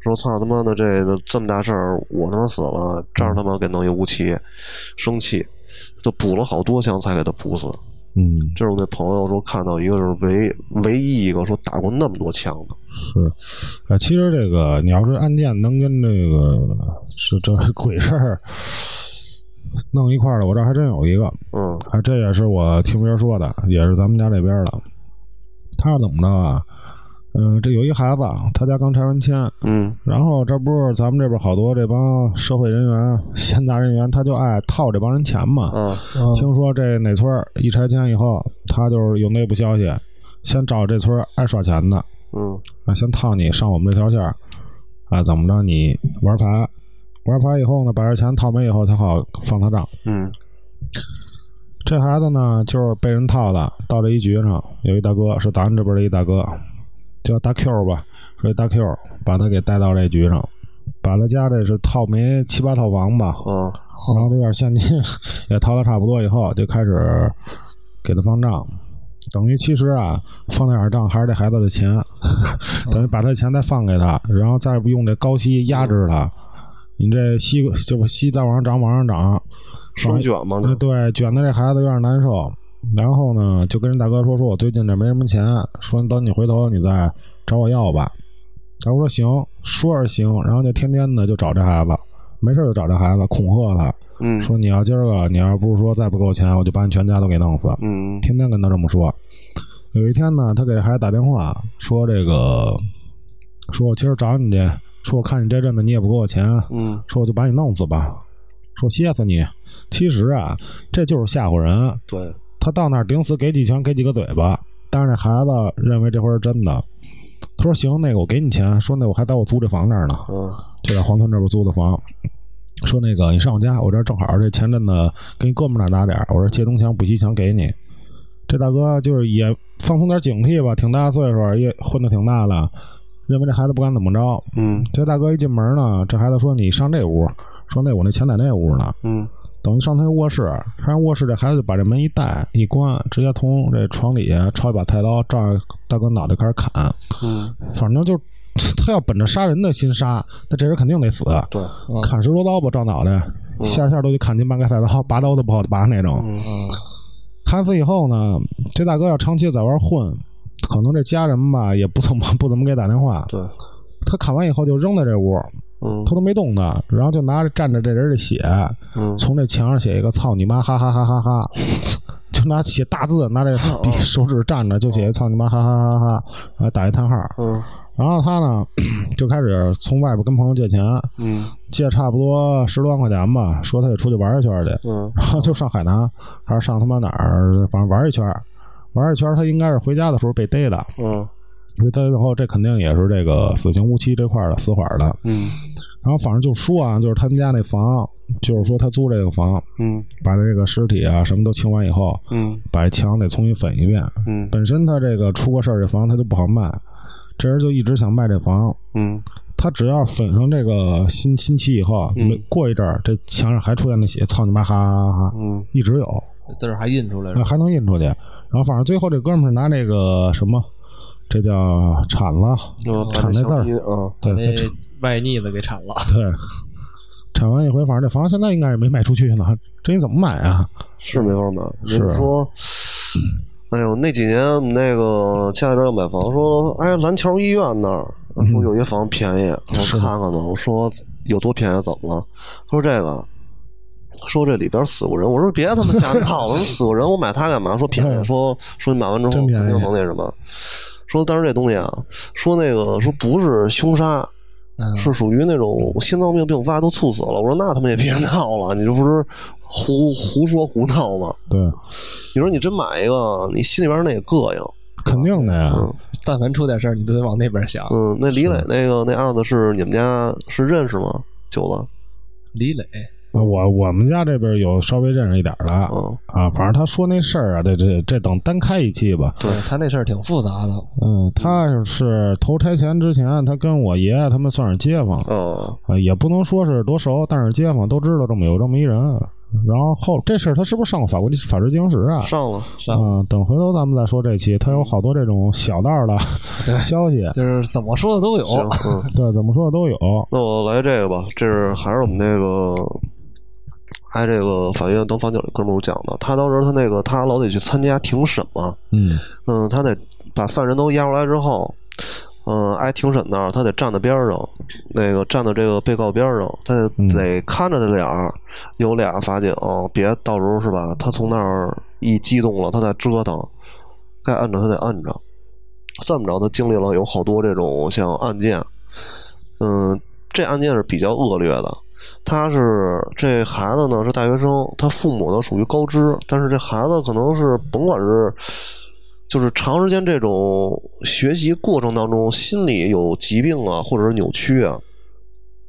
说操他妈的这个这么大事儿，我他妈死了，这样他妈给弄一无期，生气，就补了好多枪才给他补死。嗯，这是我那朋友说看到一个就是唯唯一一个说打过那么多枪的，是，呃，其实这个你要是案件能跟这个是这鬼事儿弄一块儿的，我这儿还真有一个，嗯啊，这也是我听别人说的，也是咱们家这边的。他是怎么着啊？嗯、这有一孩子，他家刚拆完迁，嗯然后这不是咱们这边好多这帮社会人员、闲杂人员，他就爱套这帮人钱嘛。啊哦听说这哪村儿一拆迁以后，他就是有内部消息，先找这村儿爱耍钱的，嗯啊，先套你上我们这条线儿，啊，怎么着？你玩牌，玩牌以后呢，把这钱套没以后，他好放他账。嗯这孩子呢，就是被人套的，到这一局上有一大哥是咱们这边的一大哥，叫大 Q 吧，说一大 Q 把他给带到这局上，把他家这是套没七八套房吧，啊然后这点现金 [laughs] 也掏的差不多以后，就开始给他放账，等于其实啊，放那点账还是这孩子的钱， [laughs] 等于把他的钱再放给他，然后再不用这高息压制他，你这息这不息再往上涨，往上涨，双卷嘛，啊，对，卷的这孩子有点难受。然后呢，就跟人大哥说，说我最近这没什么钱，说等你回头你再找我要吧。大哥说行，说是行，然后就天天的就找这孩子，没事就找这孩子恐吓他，嗯说你要今儿个你要不是说再不给我钱，我就把你全家都给弄死。嗯天天跟他这么说。有一天呢，他给这孩子打电话说这个，说我今儿找你去，说我看你这阵子你也不给我钱，嗯说我就把你弄死吧，说歇死你。其实啊，这就是吓唬人。对他到那儿顶死给几拳，给几个嘴巴，但是那孩子认为这回是真的。他说：“行，那个我给你钱。”说：“那我还在我租这房那儿呢，嗯就在黄村这边租的房。”说：“那个你上我家，我这儿正好这钱真的给你哥们儿那拿点儿，我这借东墙补西墙给你。”这大哥就是也放松点警惕吧，挺大岁数，也混的挺大了，认为这孩子不敢怎么着，嗯这大哥一进门呢，这孩子说：“你上这屋。”说：“那我那钱在那屋呢。嗯”等于上他卧室，上他卧室，这孩子就把这门一带一关，直接从这床底下抄一把菜刀，照着大哥脑袋开始砍。嗯反正就他要本着杀人的心杀，那这人肯定得死。对嗯砍十多刀吧，照脑袋，下下都得砍进半个菜刀，拔刀都不好拔那种。嗯嗯砍死以后呢，这大哥要长期在外混，可能这家人吧也不怎么不怎么给打电话。对，他砍完以后就扔在这屋，嗯他都没动他，然后就拿着蘸着这人的血，嗯，从这墙上写一个“操你妈”，哈哈哈哈 [laughs] 哈，就拿写大字，拿这笔手指蘸着就写一“操你妈”，哈哈哈哈，然后打一叹号。嗯然后他呢就开始从外边跟朋友借钱，嗯借差不多十多万块钱吧，说他得出去玩一圈去，嗯然后就上海南还是上他妈哪儿，反正玩一圈，玩一圈他应该是回家的时候被逮的，嗯所以他最后这肯定也是这个死刑无期这块儿的死缓的。嗯然后反正就说啊，就是他们家那房，就是说他租这个房，嗯把这个尸体啊什么都清完以后，嗯把这墙得重新粉一遍。嗯本身他这个出过事儿，这房他就不好卖，这人就一直想卖这房。嗯他只要粉上这个新新漆以后，嗯没过一阵儿，这墙上还出现那写“操你妈”哈哈哈哈，嗯一直有，字儿还印出来哎了，还能印出去。然后反正最后这哥们儿是拿这个什么，这叫铲了，嗯，铲那字儿，啊，对，那他铲外腻子给铲了， [laughs] 对，铲完一回，反正这房现在应该也没卖出去呢，这你怎么买啊？是没法买。是啊人说，哎呦，那几年我们那个家里边要买房，说哎蓝桥医院那儿说有一房便宜，我嗯是说看看吧。我说有多便宜，怎么了？他说这个。说这里边死过人，我说别他妈瞎闹，我说死过人，我买它干嘛？说便宜，嗯说说你买完之真后便宜肯定能那什么。说但是这东西啊，说那个说不是凶杀，嗯是属于那种心脏病病发都猝死了。我说那他妈也别闹了，你这不是胡胡说胡闹吗？对，你说你真买一个，你心里边那也膈应。肯定的呀，嗯但凡出点事儿，你都得往那边想。嗯，那李磊那个那案子是你们家是认识吗？久了，李磊，那我我们家这边有稍微认识一点儿的嗯啊，反正他说那事儿啊，这这这等单开一期吧。对哎他那事儿挺复杂的，嗯，他是头拆迁之前，他跟我爷爷他们算是街坊，哦，啊，也不能说是多熟，但是街坊都知道这么有这么一人。然后后这事儿他是不是上过法国法制进行时啊？上了，上嗯，等回头咱们再说这期，他有好多这种小道儿的对消息，就是怎么说的都有。行， [laughs] 嗯，对，怎么说的都有。那我来这个吧，这是还是我们那个。挨这个法院当房角的哥们儿讲的，他当时他那个他老得去参加庭审嘛，嗯嗯，他得把犯人都押出来之后，嗯，挨庭审那儿，他得站在边儿上，那个站在这个被告边儿上，他得、嗯得看着他俩儿，有俩法警，别到时候是吧？他从那儿一激动了，他再折腾，该摁着他得摁着。这么着，他经历了有好多这种像案件，嗯，这案件是比较恶劣的。他是这孩子呢是大学生，他父母呢属于高知，但是这孩子可能是甭管是就是长时间这种学习过程当中，心理有疾病啊，或者是扭曲啊，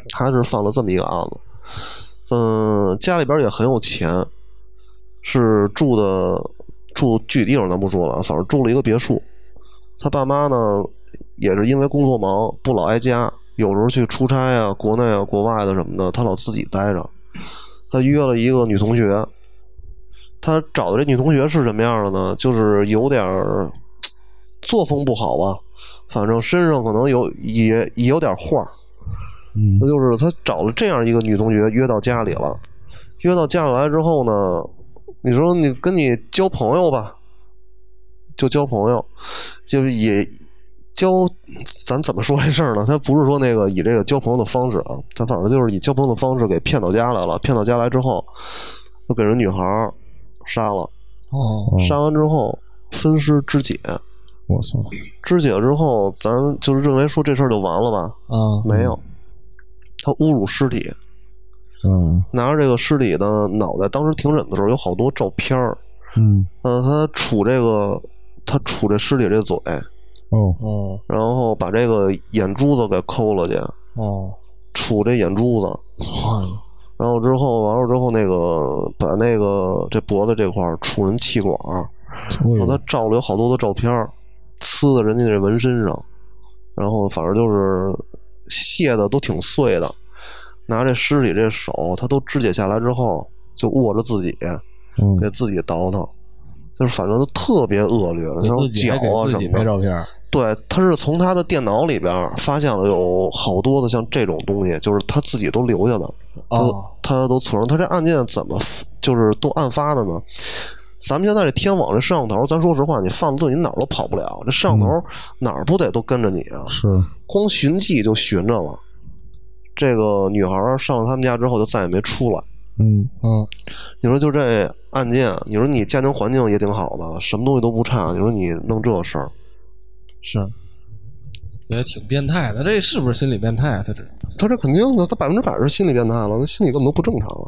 他是犯了这么一个案子。嗯，家里边也很有钱，是住的住具体地方咱不说了，反正住了一个别墅。他爸妈呢，也是因为工作忙，不老挨家，有时候去出差啊，国内啊、国外的什么的，他老自己待着。他约了一个女同学，他找的这女同学是什么样的呢？就是有点儿作风不好吧，反正身上可能有也也有点儿画儿。嗯那就是他找了这样一个女同学约到家里了，约到家里来之后呢，你说你跟你交朋友吧，就交朋友，就也交，咱怎么说这事儿呢？他不是说那个以这个交朋友的方式啊，他反正就是以交朋友的方式给骗到家来了，骗到家来之后，就给人女孩儿杀了，哦，杀完之后分尸肢解，我操，肢解之后，咱就是认为说这事儿就完了吧？啊，没有，他侮辱尸体。嗯拿着这个尸体的脑袋，当时庭审的时候有好多照片儿，嗯呃，他杵这个，他杵这尸体这嘴，哦哦然后把这个眼珠子给抠了去，哦，杵这眼珠子，然后之后完了之后，那个把那个这脖子这块儿杵人气管儿，哎然后呦，他照了有好多的照片儿，呲在人家这纹身上，然后反正就是卸的都挺碎的，拿这尸体这手，他都肢解下来之后，就握着自己。嗯给自己倒腾，就是反正都特别恶劣，给然后自己脚还给啊自什己么拍的。照片儿，对，他是从他的电脑里边儿发现了有好多的像这种东西，就是他自己都留下了，都、哦他都存上。他这案件怎么 f- 就是都案发的呢？咱们现在这天网这摄像头，咱说实话，你放自己哪儿都跑不了，这摄像头嗯哪儿不得都跟着你啊？是光寻迹就寻着了。这个女孩儿上了他们家之后，就再也没出来。嗯嗯，你说就这案件，你说你家庭环境也挺好的，什么东西都不差，你说你弄这事儿，是，也挺变态的，这是不是心理变态啊？他这他这肯定的，他百分之百是心理变态了，他心理根本都不正常啊。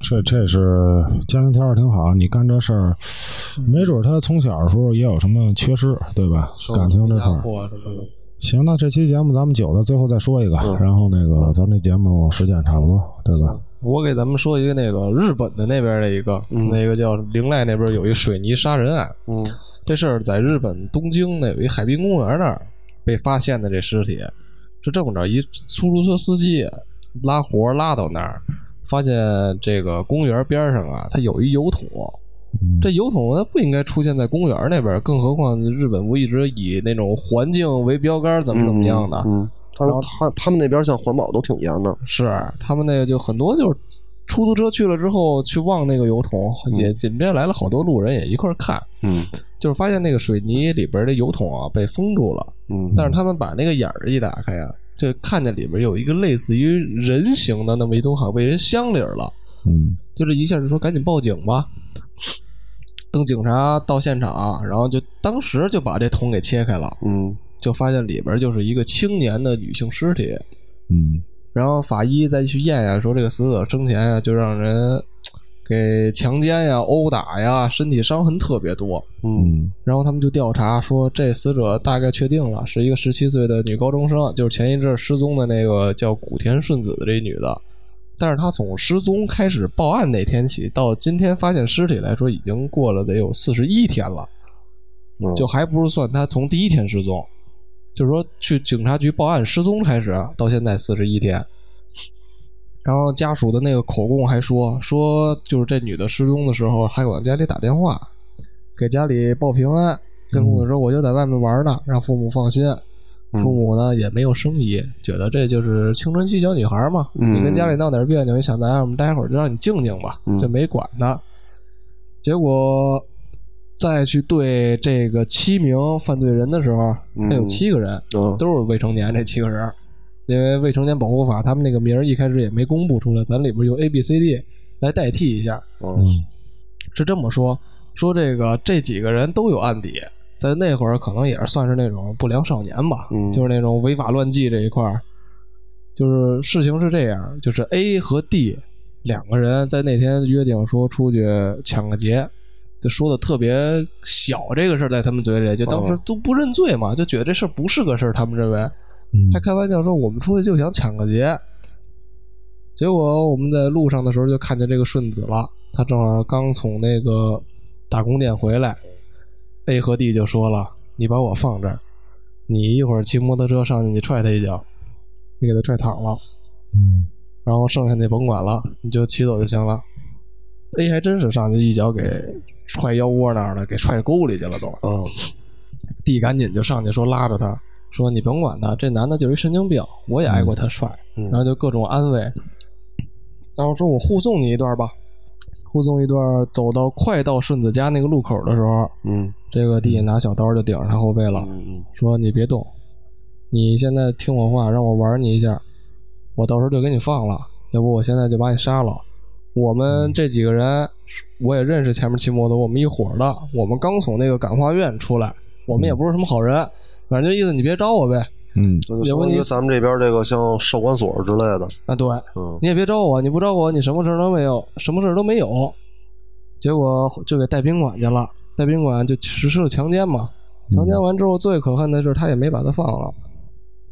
这这是家庭条件挺好，你干这事儿，没准他从小的时候也有什么缺失，对吧？感情这块压儿。迫什么的，行，那这期节目咱们久了，最后再说一个，然后那个咱们这节目时间也差不多，对吧？我给咱们说一个那个日本的那边的一个，那个叫灵濑那边有一水泥杀人案，嗯这事儿在日本东京那有一海滨公园那儿被发现的这尸体，是这么着，一出租车司机拉活拉到那儿，发现这个公园边上啊，它有一油桶，嗯这油桶它不应该出现在公园那边，更何况日本不一直以那种环境为标杆，怎么怎么样的，嗯，嗯他然后他他们那边像环保都挺严的，是他们那个就很多就是出租车去了之后去望那个油桶，也紧接着来了好多路人也一块儿看，嗯就是发现那个水泥里边的油桶啊被封住了，嗯但是他们把那个眼儿一打开呀、就看见里边有一个类似于人形的那么一东西，好像被人镶里儿了，嗯就这一下就说赶紧报警吧。等警察到现场，然后就当时就把这桶给切开了，嗯就发现里边就是一个青年的女性尸体。嗯然后法医再去验呀，说这个死者生前呀就让人给强奸呀、殴打呀，身体伤痕特别多。嗯嗯然后他们就调查说，这死者大概确定了是一个十七岁的女高中生，就是前一阵失踪的那个叫古田顺子的这女的。但是她从失踪开始报案那天起，到今天发现尸体来说，已经过了得有四十一天了。嗯，就还不是算他从第一天失踪，就是说去警察局报案失踪开始到现在四十一天。然后家属的那个口供还说说，就是这女的失踪的时候还往家里打电话，给家里报平安，跟父母说我就在外面玩呢，让父母放心。嗯父母呢也没有生疑，觉得这就是青春期小女孩嘛，嗯你跟家里闹点别扭，你想在外面待会儿就让你静静吧，嗯就没管她。结果再去对这个七名犯罪人的时候，嗯那有七个人嗯都是未成年，这七个人，因为未成年保护法他们那个名儿一开始也没公布出来，咱里边用 A B C D 来代替一下，嗯嗯是这么说，说这个这几个人都有案底，在那会儿可能也是算是那种不良少年吧，嗯就是那种违法乱纪这一块儿。就是事情是这样，就是 A 和 D 两个人在那天约定说出去抢个劫，就说的特别小这个事儿在他们嘴里，就当时哦都不认罪嘛，就觉得这事儿不是个事儿，他们认为。嗯还开玩笑说我们出去就想抢个劫。结果我们在路上的时候就看见这个顺子了，他正好刚从那个打工店回来，A 和 D 就说了：“你把我放这儿，你一会儿骑摩托车上去，你踹他一脚，你给他踹躺了，嗯然后剩下你甭管了，你就骑走就行了。”A 还真是上去一脚给踹腰窝那儿了，给踹沟里去了都。嗯 D 赶紧就上去说拉着他说：“你甭管他，这男的就是一神经病，我也挨过他踹。嗯然后就各种安慰，然后说我护送你一段吧，护送一段。走到快到顺子家那个路口的时候，嗯这个 D 拿小刀就顶着他后背了，嗯说：“你别动，你现在听我话，让我玩你一下，我到时候就给你放了，要不我现在就把你杀了。我们这几个人，我也认识前面骑摩托，我们一伙儿的，我们刚从那个感化院出来，我们也不是什么好人，反正就意思你别招我呗。嗯那就相当于咱们这边这个像少管所之类的，啊，对，嗯你也别招我，你不招我，你什么事儿都没有，什么事儿都没有。结果就给带宾馆去了，带宾馆就实施了强奸嘛。强奸完之后，最可恨的是他也没把他放了，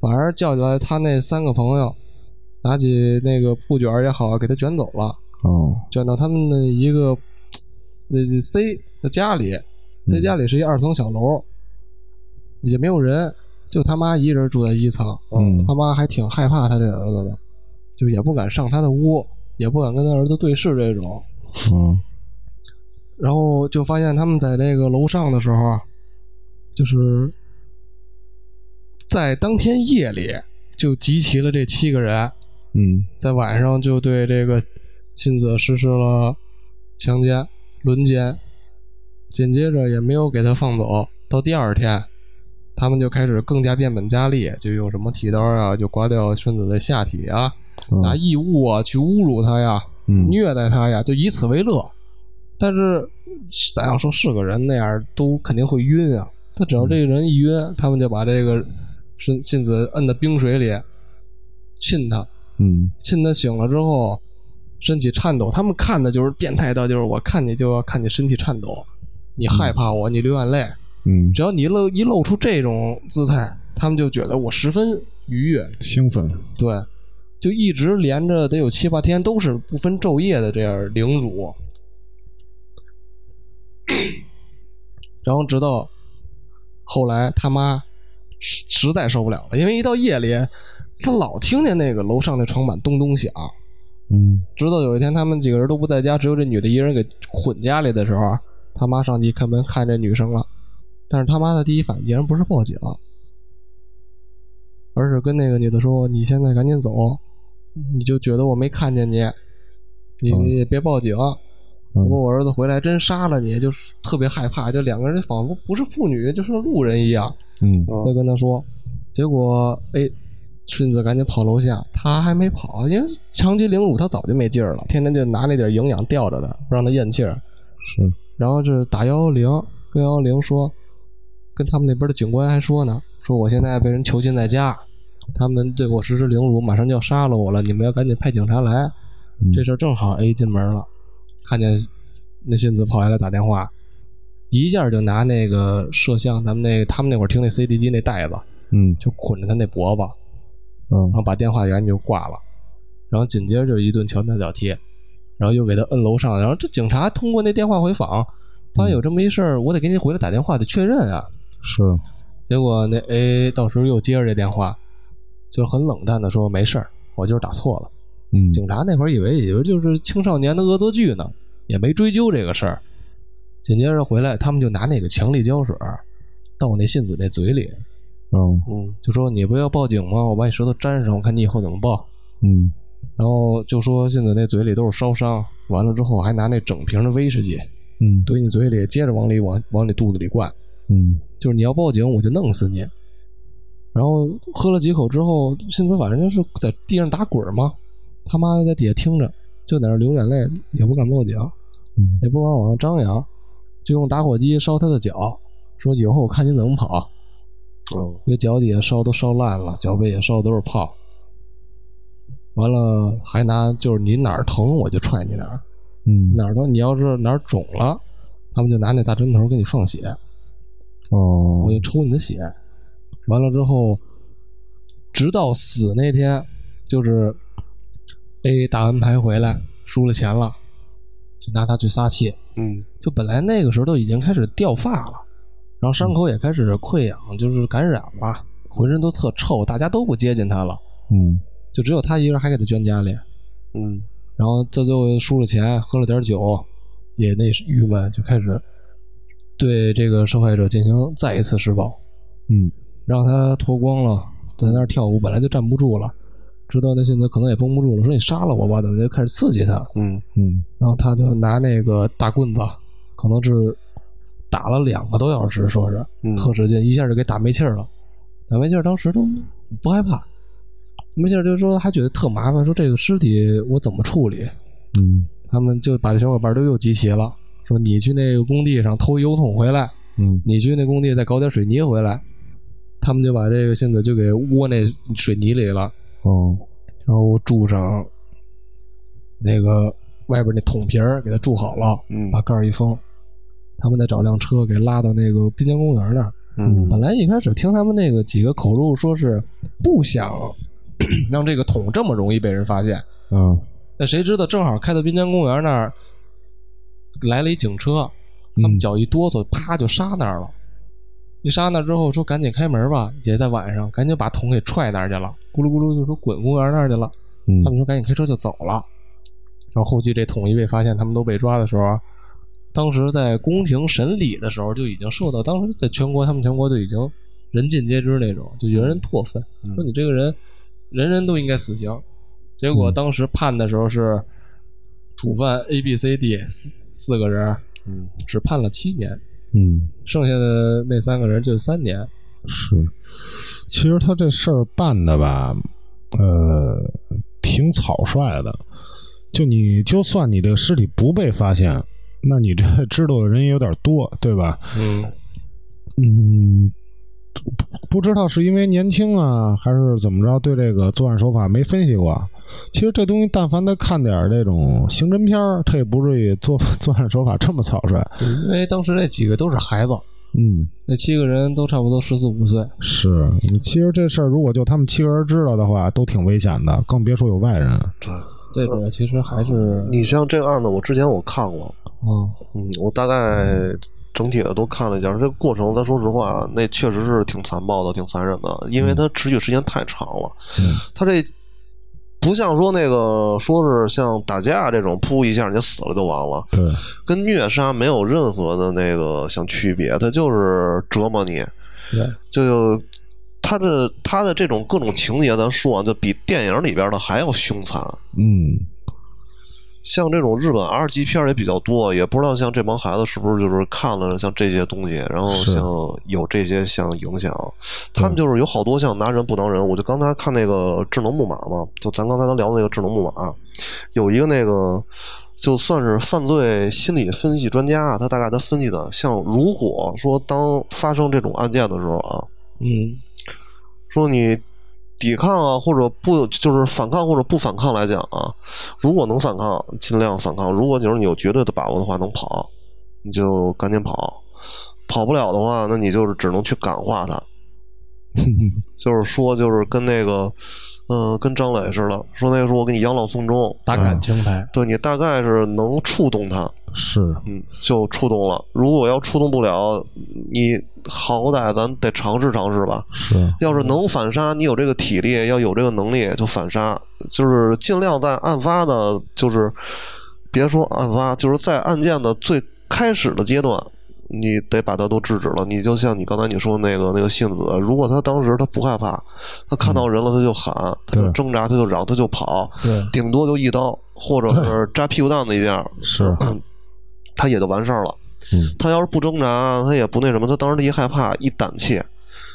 反而叫起来他那三个朋友，拿起那个布卷儿也好，给他卷走了，哦卷到他们的一个那就 C 的家里，C 家里是一二层小楼，也没有人，就他妈一人住在一层。嗯他妈还挺害怕他这儿子的，就也不敢上他的屋，也不敢跟他儿子对视这种。嗯然后就发现他们在那个楼上的时候啊，就是在当天夜里就集齐了这七个人，嗯在晚上就对这个信子实施了强奸、轮奸、紧接着也没有给他放走。到第二天，他们就开始更加变本加厉，就用什么剃刀啊，就刮掉顺子的下体啊，拿嗯异物啊去侮辱他呀，嗯虐待他呀，就以此为乐。但是咱要说是个人那样，都肯定会晕啊。他只嗯要这个人一晕，他们就把这个顺信子摁到冰水里，浸他，嗯浸他醒了之后，身体颤抖。他们看的就是变态到，就是我看你就要看你身体颤抖，你害怕我，你流眼泪。嗯，只要你一露一露出这种姿态，他们就觉得我十分愉悦，兴奋，对，就一直连着得有七八天，都是不分昼夜的这样凌辱，然后直到后来他妈实实在受不了了，因为一到夜里，他老听见那个楼上那床板咚咚响。嗯直到有一天他们几个人都不在家，只有这女的一人给捆家里的时候，啊他妈上去开门看这女生了，但是他妈的第一反应竟然不是报警，而是跟那个女的说：“你现在赶紧走，你就觉得我没看见你，你别报警。如果我儿子回来真杀了你，就是特别害怕，就两个人仿佛不是父女，就是路人一样。嗯嗯再跟他说，结果哎，顺子赶紧跑楼下，他还没跑，因为长期凌辱他早就没劲儿了，天天就拿那点营养吊着他，不让他咽气儿。是，然后是打幺幺零，跟幺幺零说，跟他们那边的警官还说呢，说我现在被人囚禁在家，他们对我实施凌辱，马上就要杀了我了，你们要赶紧派警察来。嗯这事儿正好 A 进门了，看见那信子跑下来打电话，一下就拿那个摄像，咱们那他们那会儿听那 CD 机那袋子，嗯就捆着他那脖子，嗯然后把电话赶紧就挂了，然后紧接着就一顿拳打脚踢，然后又给他摁楼上，然后这警察通过那电话回访，发现有这么一事儿，我得给你回来打电话得确认啊。是，结果那 A 到时候又接着这电话，就很冷淡的说没事儿，我就是打错了。嗯警察那会儿以为以为就是青少年的恶作剧呢，也没追究这个事儿。紧接着回来，他们就拿那个强力胶水儿到那信子那嘴里，嗯嗯就说你不要报警吗？我把你舌头粘上，我看你以后怎么报。嗯然后就说现在那嘴里都是烧伤，完了之后还拿那整瓶的威士忌嗯怼你嘴里，接着往里往往你肚子里灌，嗯就是你要报警我就弄死你。然后喝了几口之后，信子反正就是在地上打滚嘛，他妈在底下听着，就在那儿流眼泪，也不敢报警，嗯也不敢往上张扬，就用打火机烧他的脚，说以后我看你怎么跑。嗯那脚底下烧都烧烂了，脚背也烧的都是泡。完了还拿就是你哪儿疼我就踹你哪儿，嗯哪儿疼你要是哪儿肿了，他们就拿那大针头给你放血，哦我就抽你的血。完了之后，直到死那天，就是 A 打完牌回来输了钱了，就拿他去撒气。嗯就本来那个时候都已经开始掉发了，然后伤口也开始溃疡，就是感染了，浑身都特臭，大家都不接近他了，嗯就只有他一个人还给他捐家里。嗯然后这就输了钱，喝了点酒，也那是郁闷，就开始对这个受害者进行再一次施暴，嗯让他脱光了，在那儿跳舞，本来就站不住了，知道那现在可能也绷不住了，说你杀了我吧，怎么就开始刺激他，嗯嗯然后他就拿那个大棍子，可能是打了两个多小时，说是嗯特使劲，一下就给打没气儿了。打没气儿，当时都不害怕，没气儿就是说还觉得特麻烦，说这个尸体我怎么处理？嗯他们就把这小伙伴都又集齐了，说你去那个工地上偷油桶回来，嗯你去那工地再搞点水泥回来。他们就把这个现在就给窝那水泥里了，哦然后注上那个外边那桶皮儿，给它注好了。嗯把盖儿一封，他们再找辆车给拉到那个滨江公园那儿。嗯本来一开始听他们那个几个口述说是不想 [clears throat] 让这个桶这么容易被人发现，啊但谁知道正好开到滨江公园那儿来了一警车，他们嗯脚一哆嗦，啪就刹那儿了。一刹那之后说赶紧开门吧，也在晚上，赶紧把桶给踹那儿去了，咕噜咕噜就说滚公园那儿去了。嗯他们说赶紧开车就走了。然后后续这统一被发现，他们都被抓的时候，啊当时在宫廷审理的时候就已经受到，当时在全国他们全国就已经人尽皆知那种，就人人唾愤，说你这个人人人都应该死刑。结果当时判的时候是主犯 A、B、C、D 四四个人嗯，只判了七年，嗯，剩下的那三个人就三年。是。其实他这事儿办的吧，呃，挺草率的。就你就算你这个尸体不被发现，那你这知道的人也有点多，对吧？嗯嗯，不不知道是因为年轻啊，还是怎么着，对这个作案手法没分析过。其实这东西，但凡他看点儿这种刑侦片儿，他也不至于作作案手法这么草率。因为当时那几个都是孩子，嗯，那七个人都差不多十四五岁。是。其实这事儿，如果就他们七个人知道的话，都挺危险的，更别说有外人。对。这个其实还是你像这个案子，我之前我看过，嗯嗯，我大概整体的都看了一下。这个过程，咱说实话，啊那确实是挺残暴的，挺残忍的，因为它持续时间太长了。嗯它这不像说那个说是像打架这种，噗一下你就死了就完了，对，跟虐杀没有任何的那个像区别，它就是折磨你，对，就。他的他的这种各种情节，咱说完就比电影里边的还要凶残。嗯，像这种日本 R 级片儿也比较多，也不知道像这帮孩子是不是就是看了像这些东西，然后是像有这些像影响，他们就是有好多像拿人不当人。我就刚才看那个智能木马嘛，就咱刚才咱聊的那个智能木马，有一个那个就算是犯罪心理分析专家啊，他大概他分析的，像如果说当发生这种案件的时候啊，嗯说你抵抗啊，或者不就是反抗或者不反抗来讲啊，如果能反抗，尽量反抗；如果就是你有绝对的把握的话，能跑，你就赶紧跑；跑不了的话，那你就是只能去感化他。就是说，就是跟那个，嗯、跟张磊似的，说那个时候我给你养老送终，打感情牌，对你大概是能触动他，是，嗯，就触动了。如果要触动不了，你好歹咱得尝试尝试吧。是，要是能反杀，你有这个体力，要有这个能力就反杀，就是尽量在案发的，就是别说案发，就是在案件的最开始的阶段，你得把它都制止了。你就像你刚才你说那个那个杏子，如果他当时他不害怕，他看到人了他就喊，他就对挣扎，他就嚷，他就跑，对顶多就一刀或者是扎屁股蛋子一下，是，他也就完事儿了。嗯，他要是不挣扎，他也不那什么，他当时一害怕一胆怯，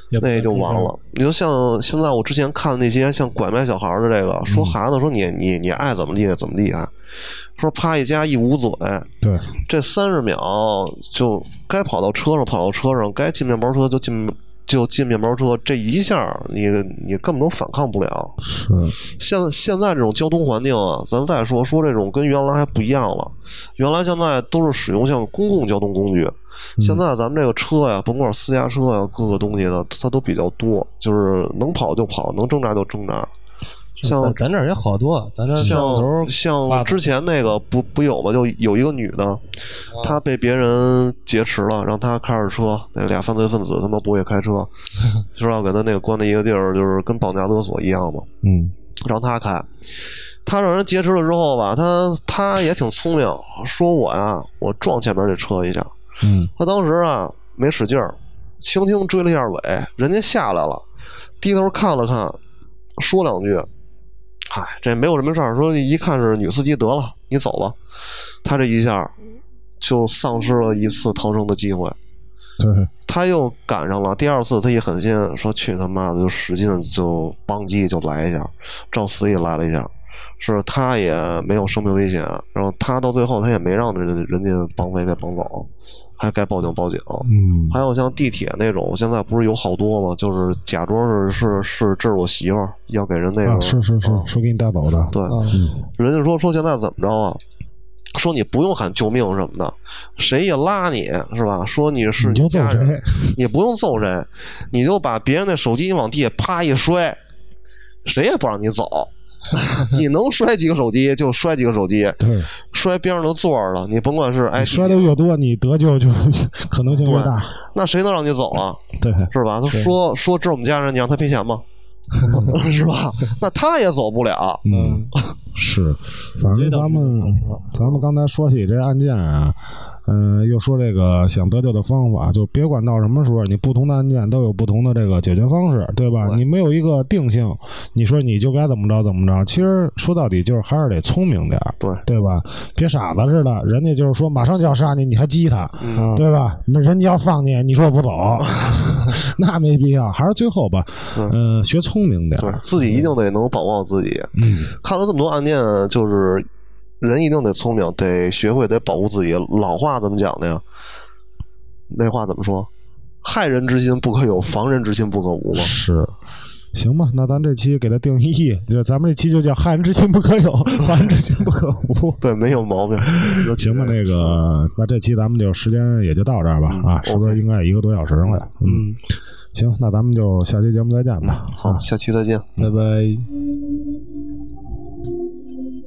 也不那也就完能了。你就像现在我之前看那些像拐卖小孩的这个，说孩子说你你你爱怎么厉害怎么厉害，说啪一夹一捂嘴，对，这三十秒就该跑到车上跑到车上，该进面包车就进就进面包车，这一下你你根本都反抗不了。是，像现在这种交通环境啊，咱再说说这种跟原来还不一样了。原来现在都是使用像公共交通工具，现在咱们这个车呀，甭管是私家车呀，各个东西的，它都比较多，就是能跑就跑，能挣扎就挣扎。像咱咱这儿也好多，咱这摄像头像像之前那个不不有吗？就有一个女的，她被别人劫持了，让她开着车，那俩犯罪分子他妈不会开车，是吧？给她那个关在一个地儿，就是跟绑架勒索一样嘛。嗯，让他开。他让人劫持了之后吧，他他也挺聪明，说我呀，我撞前面这车一下。嗯，他当时啊没使劲儿，轻轻追了一下尾，人家下来了，低头看了看，说两句，嗨，这没有什么事儿。说一看是女司机，得了，你走吧。他这一下就丧失了一次逃生的机会。对，他又赶上了第二次，他一狠心说：“去他妈的！”就使劲就邦机就来一下，照死也来了一下。是他也没有生命危险，然后他到最后他也没让人人家绑匪给绑走，还该报警报警。嗯，还有像地铁那种，现在不是有好多吗？就是假装是是是这是我媳妇儿，要给人那个、啊，是是是嗯，说给你带走的，对，啊，人家说说现在怎么着啊？说你不用喊救命什么的，谁也拉你是吧？说你是你就揍家人谁，你不用揍人，你就把别人的手机往地下啪一摔，谁也不让 [laughs] 你走。你能摔几个手机就摔几个手机，对，摔边上的座儿了，你甭管是哎你，摔的越多，你得救就 [laughs] 可能性越大，那谁能让你走啊？对，是吧？他说说这是我们家人，你让他赔 [laughs] 钱吗？是吧？那他也走不了。嗯嗯嗯，是，反正咱们咱们刚才说起这案件啊，呃，又说这个想得救的方法，就别管到什么时候，你不同的案件都有不同的这个解决方式，对吧？对你没有一个定性，你说你就该怎么着怎么着。其实说到底就是还是得聪明点儿，对对吧？别傻子似的，人家就是说马上就要杀你，你还激他，嗯对吧？那人家要放你，你说我不走，那没必要。还是最后吧，嗯、学聪明点对儿，，啊自己一定得能保护好自己。嗯，看了这么多案件，就是人一定得聪明，得学会得保护自己。老话怎么讲的呀？那话怎么说？害人之心不可有，防人之心不可无嘛。是。行吧，那咱这期给它定义，就是咱们这期就叫“害人之心不可有，防人之心不可无”。对，没有毛病。[laughs] 行吧，那个，那这期咱们就时间也就到这儿吧，啊，嗯是不是应该一个多小时了？嗯，嗯，行，那咱们就下期节目再见吧。好，下期再见。拜拜。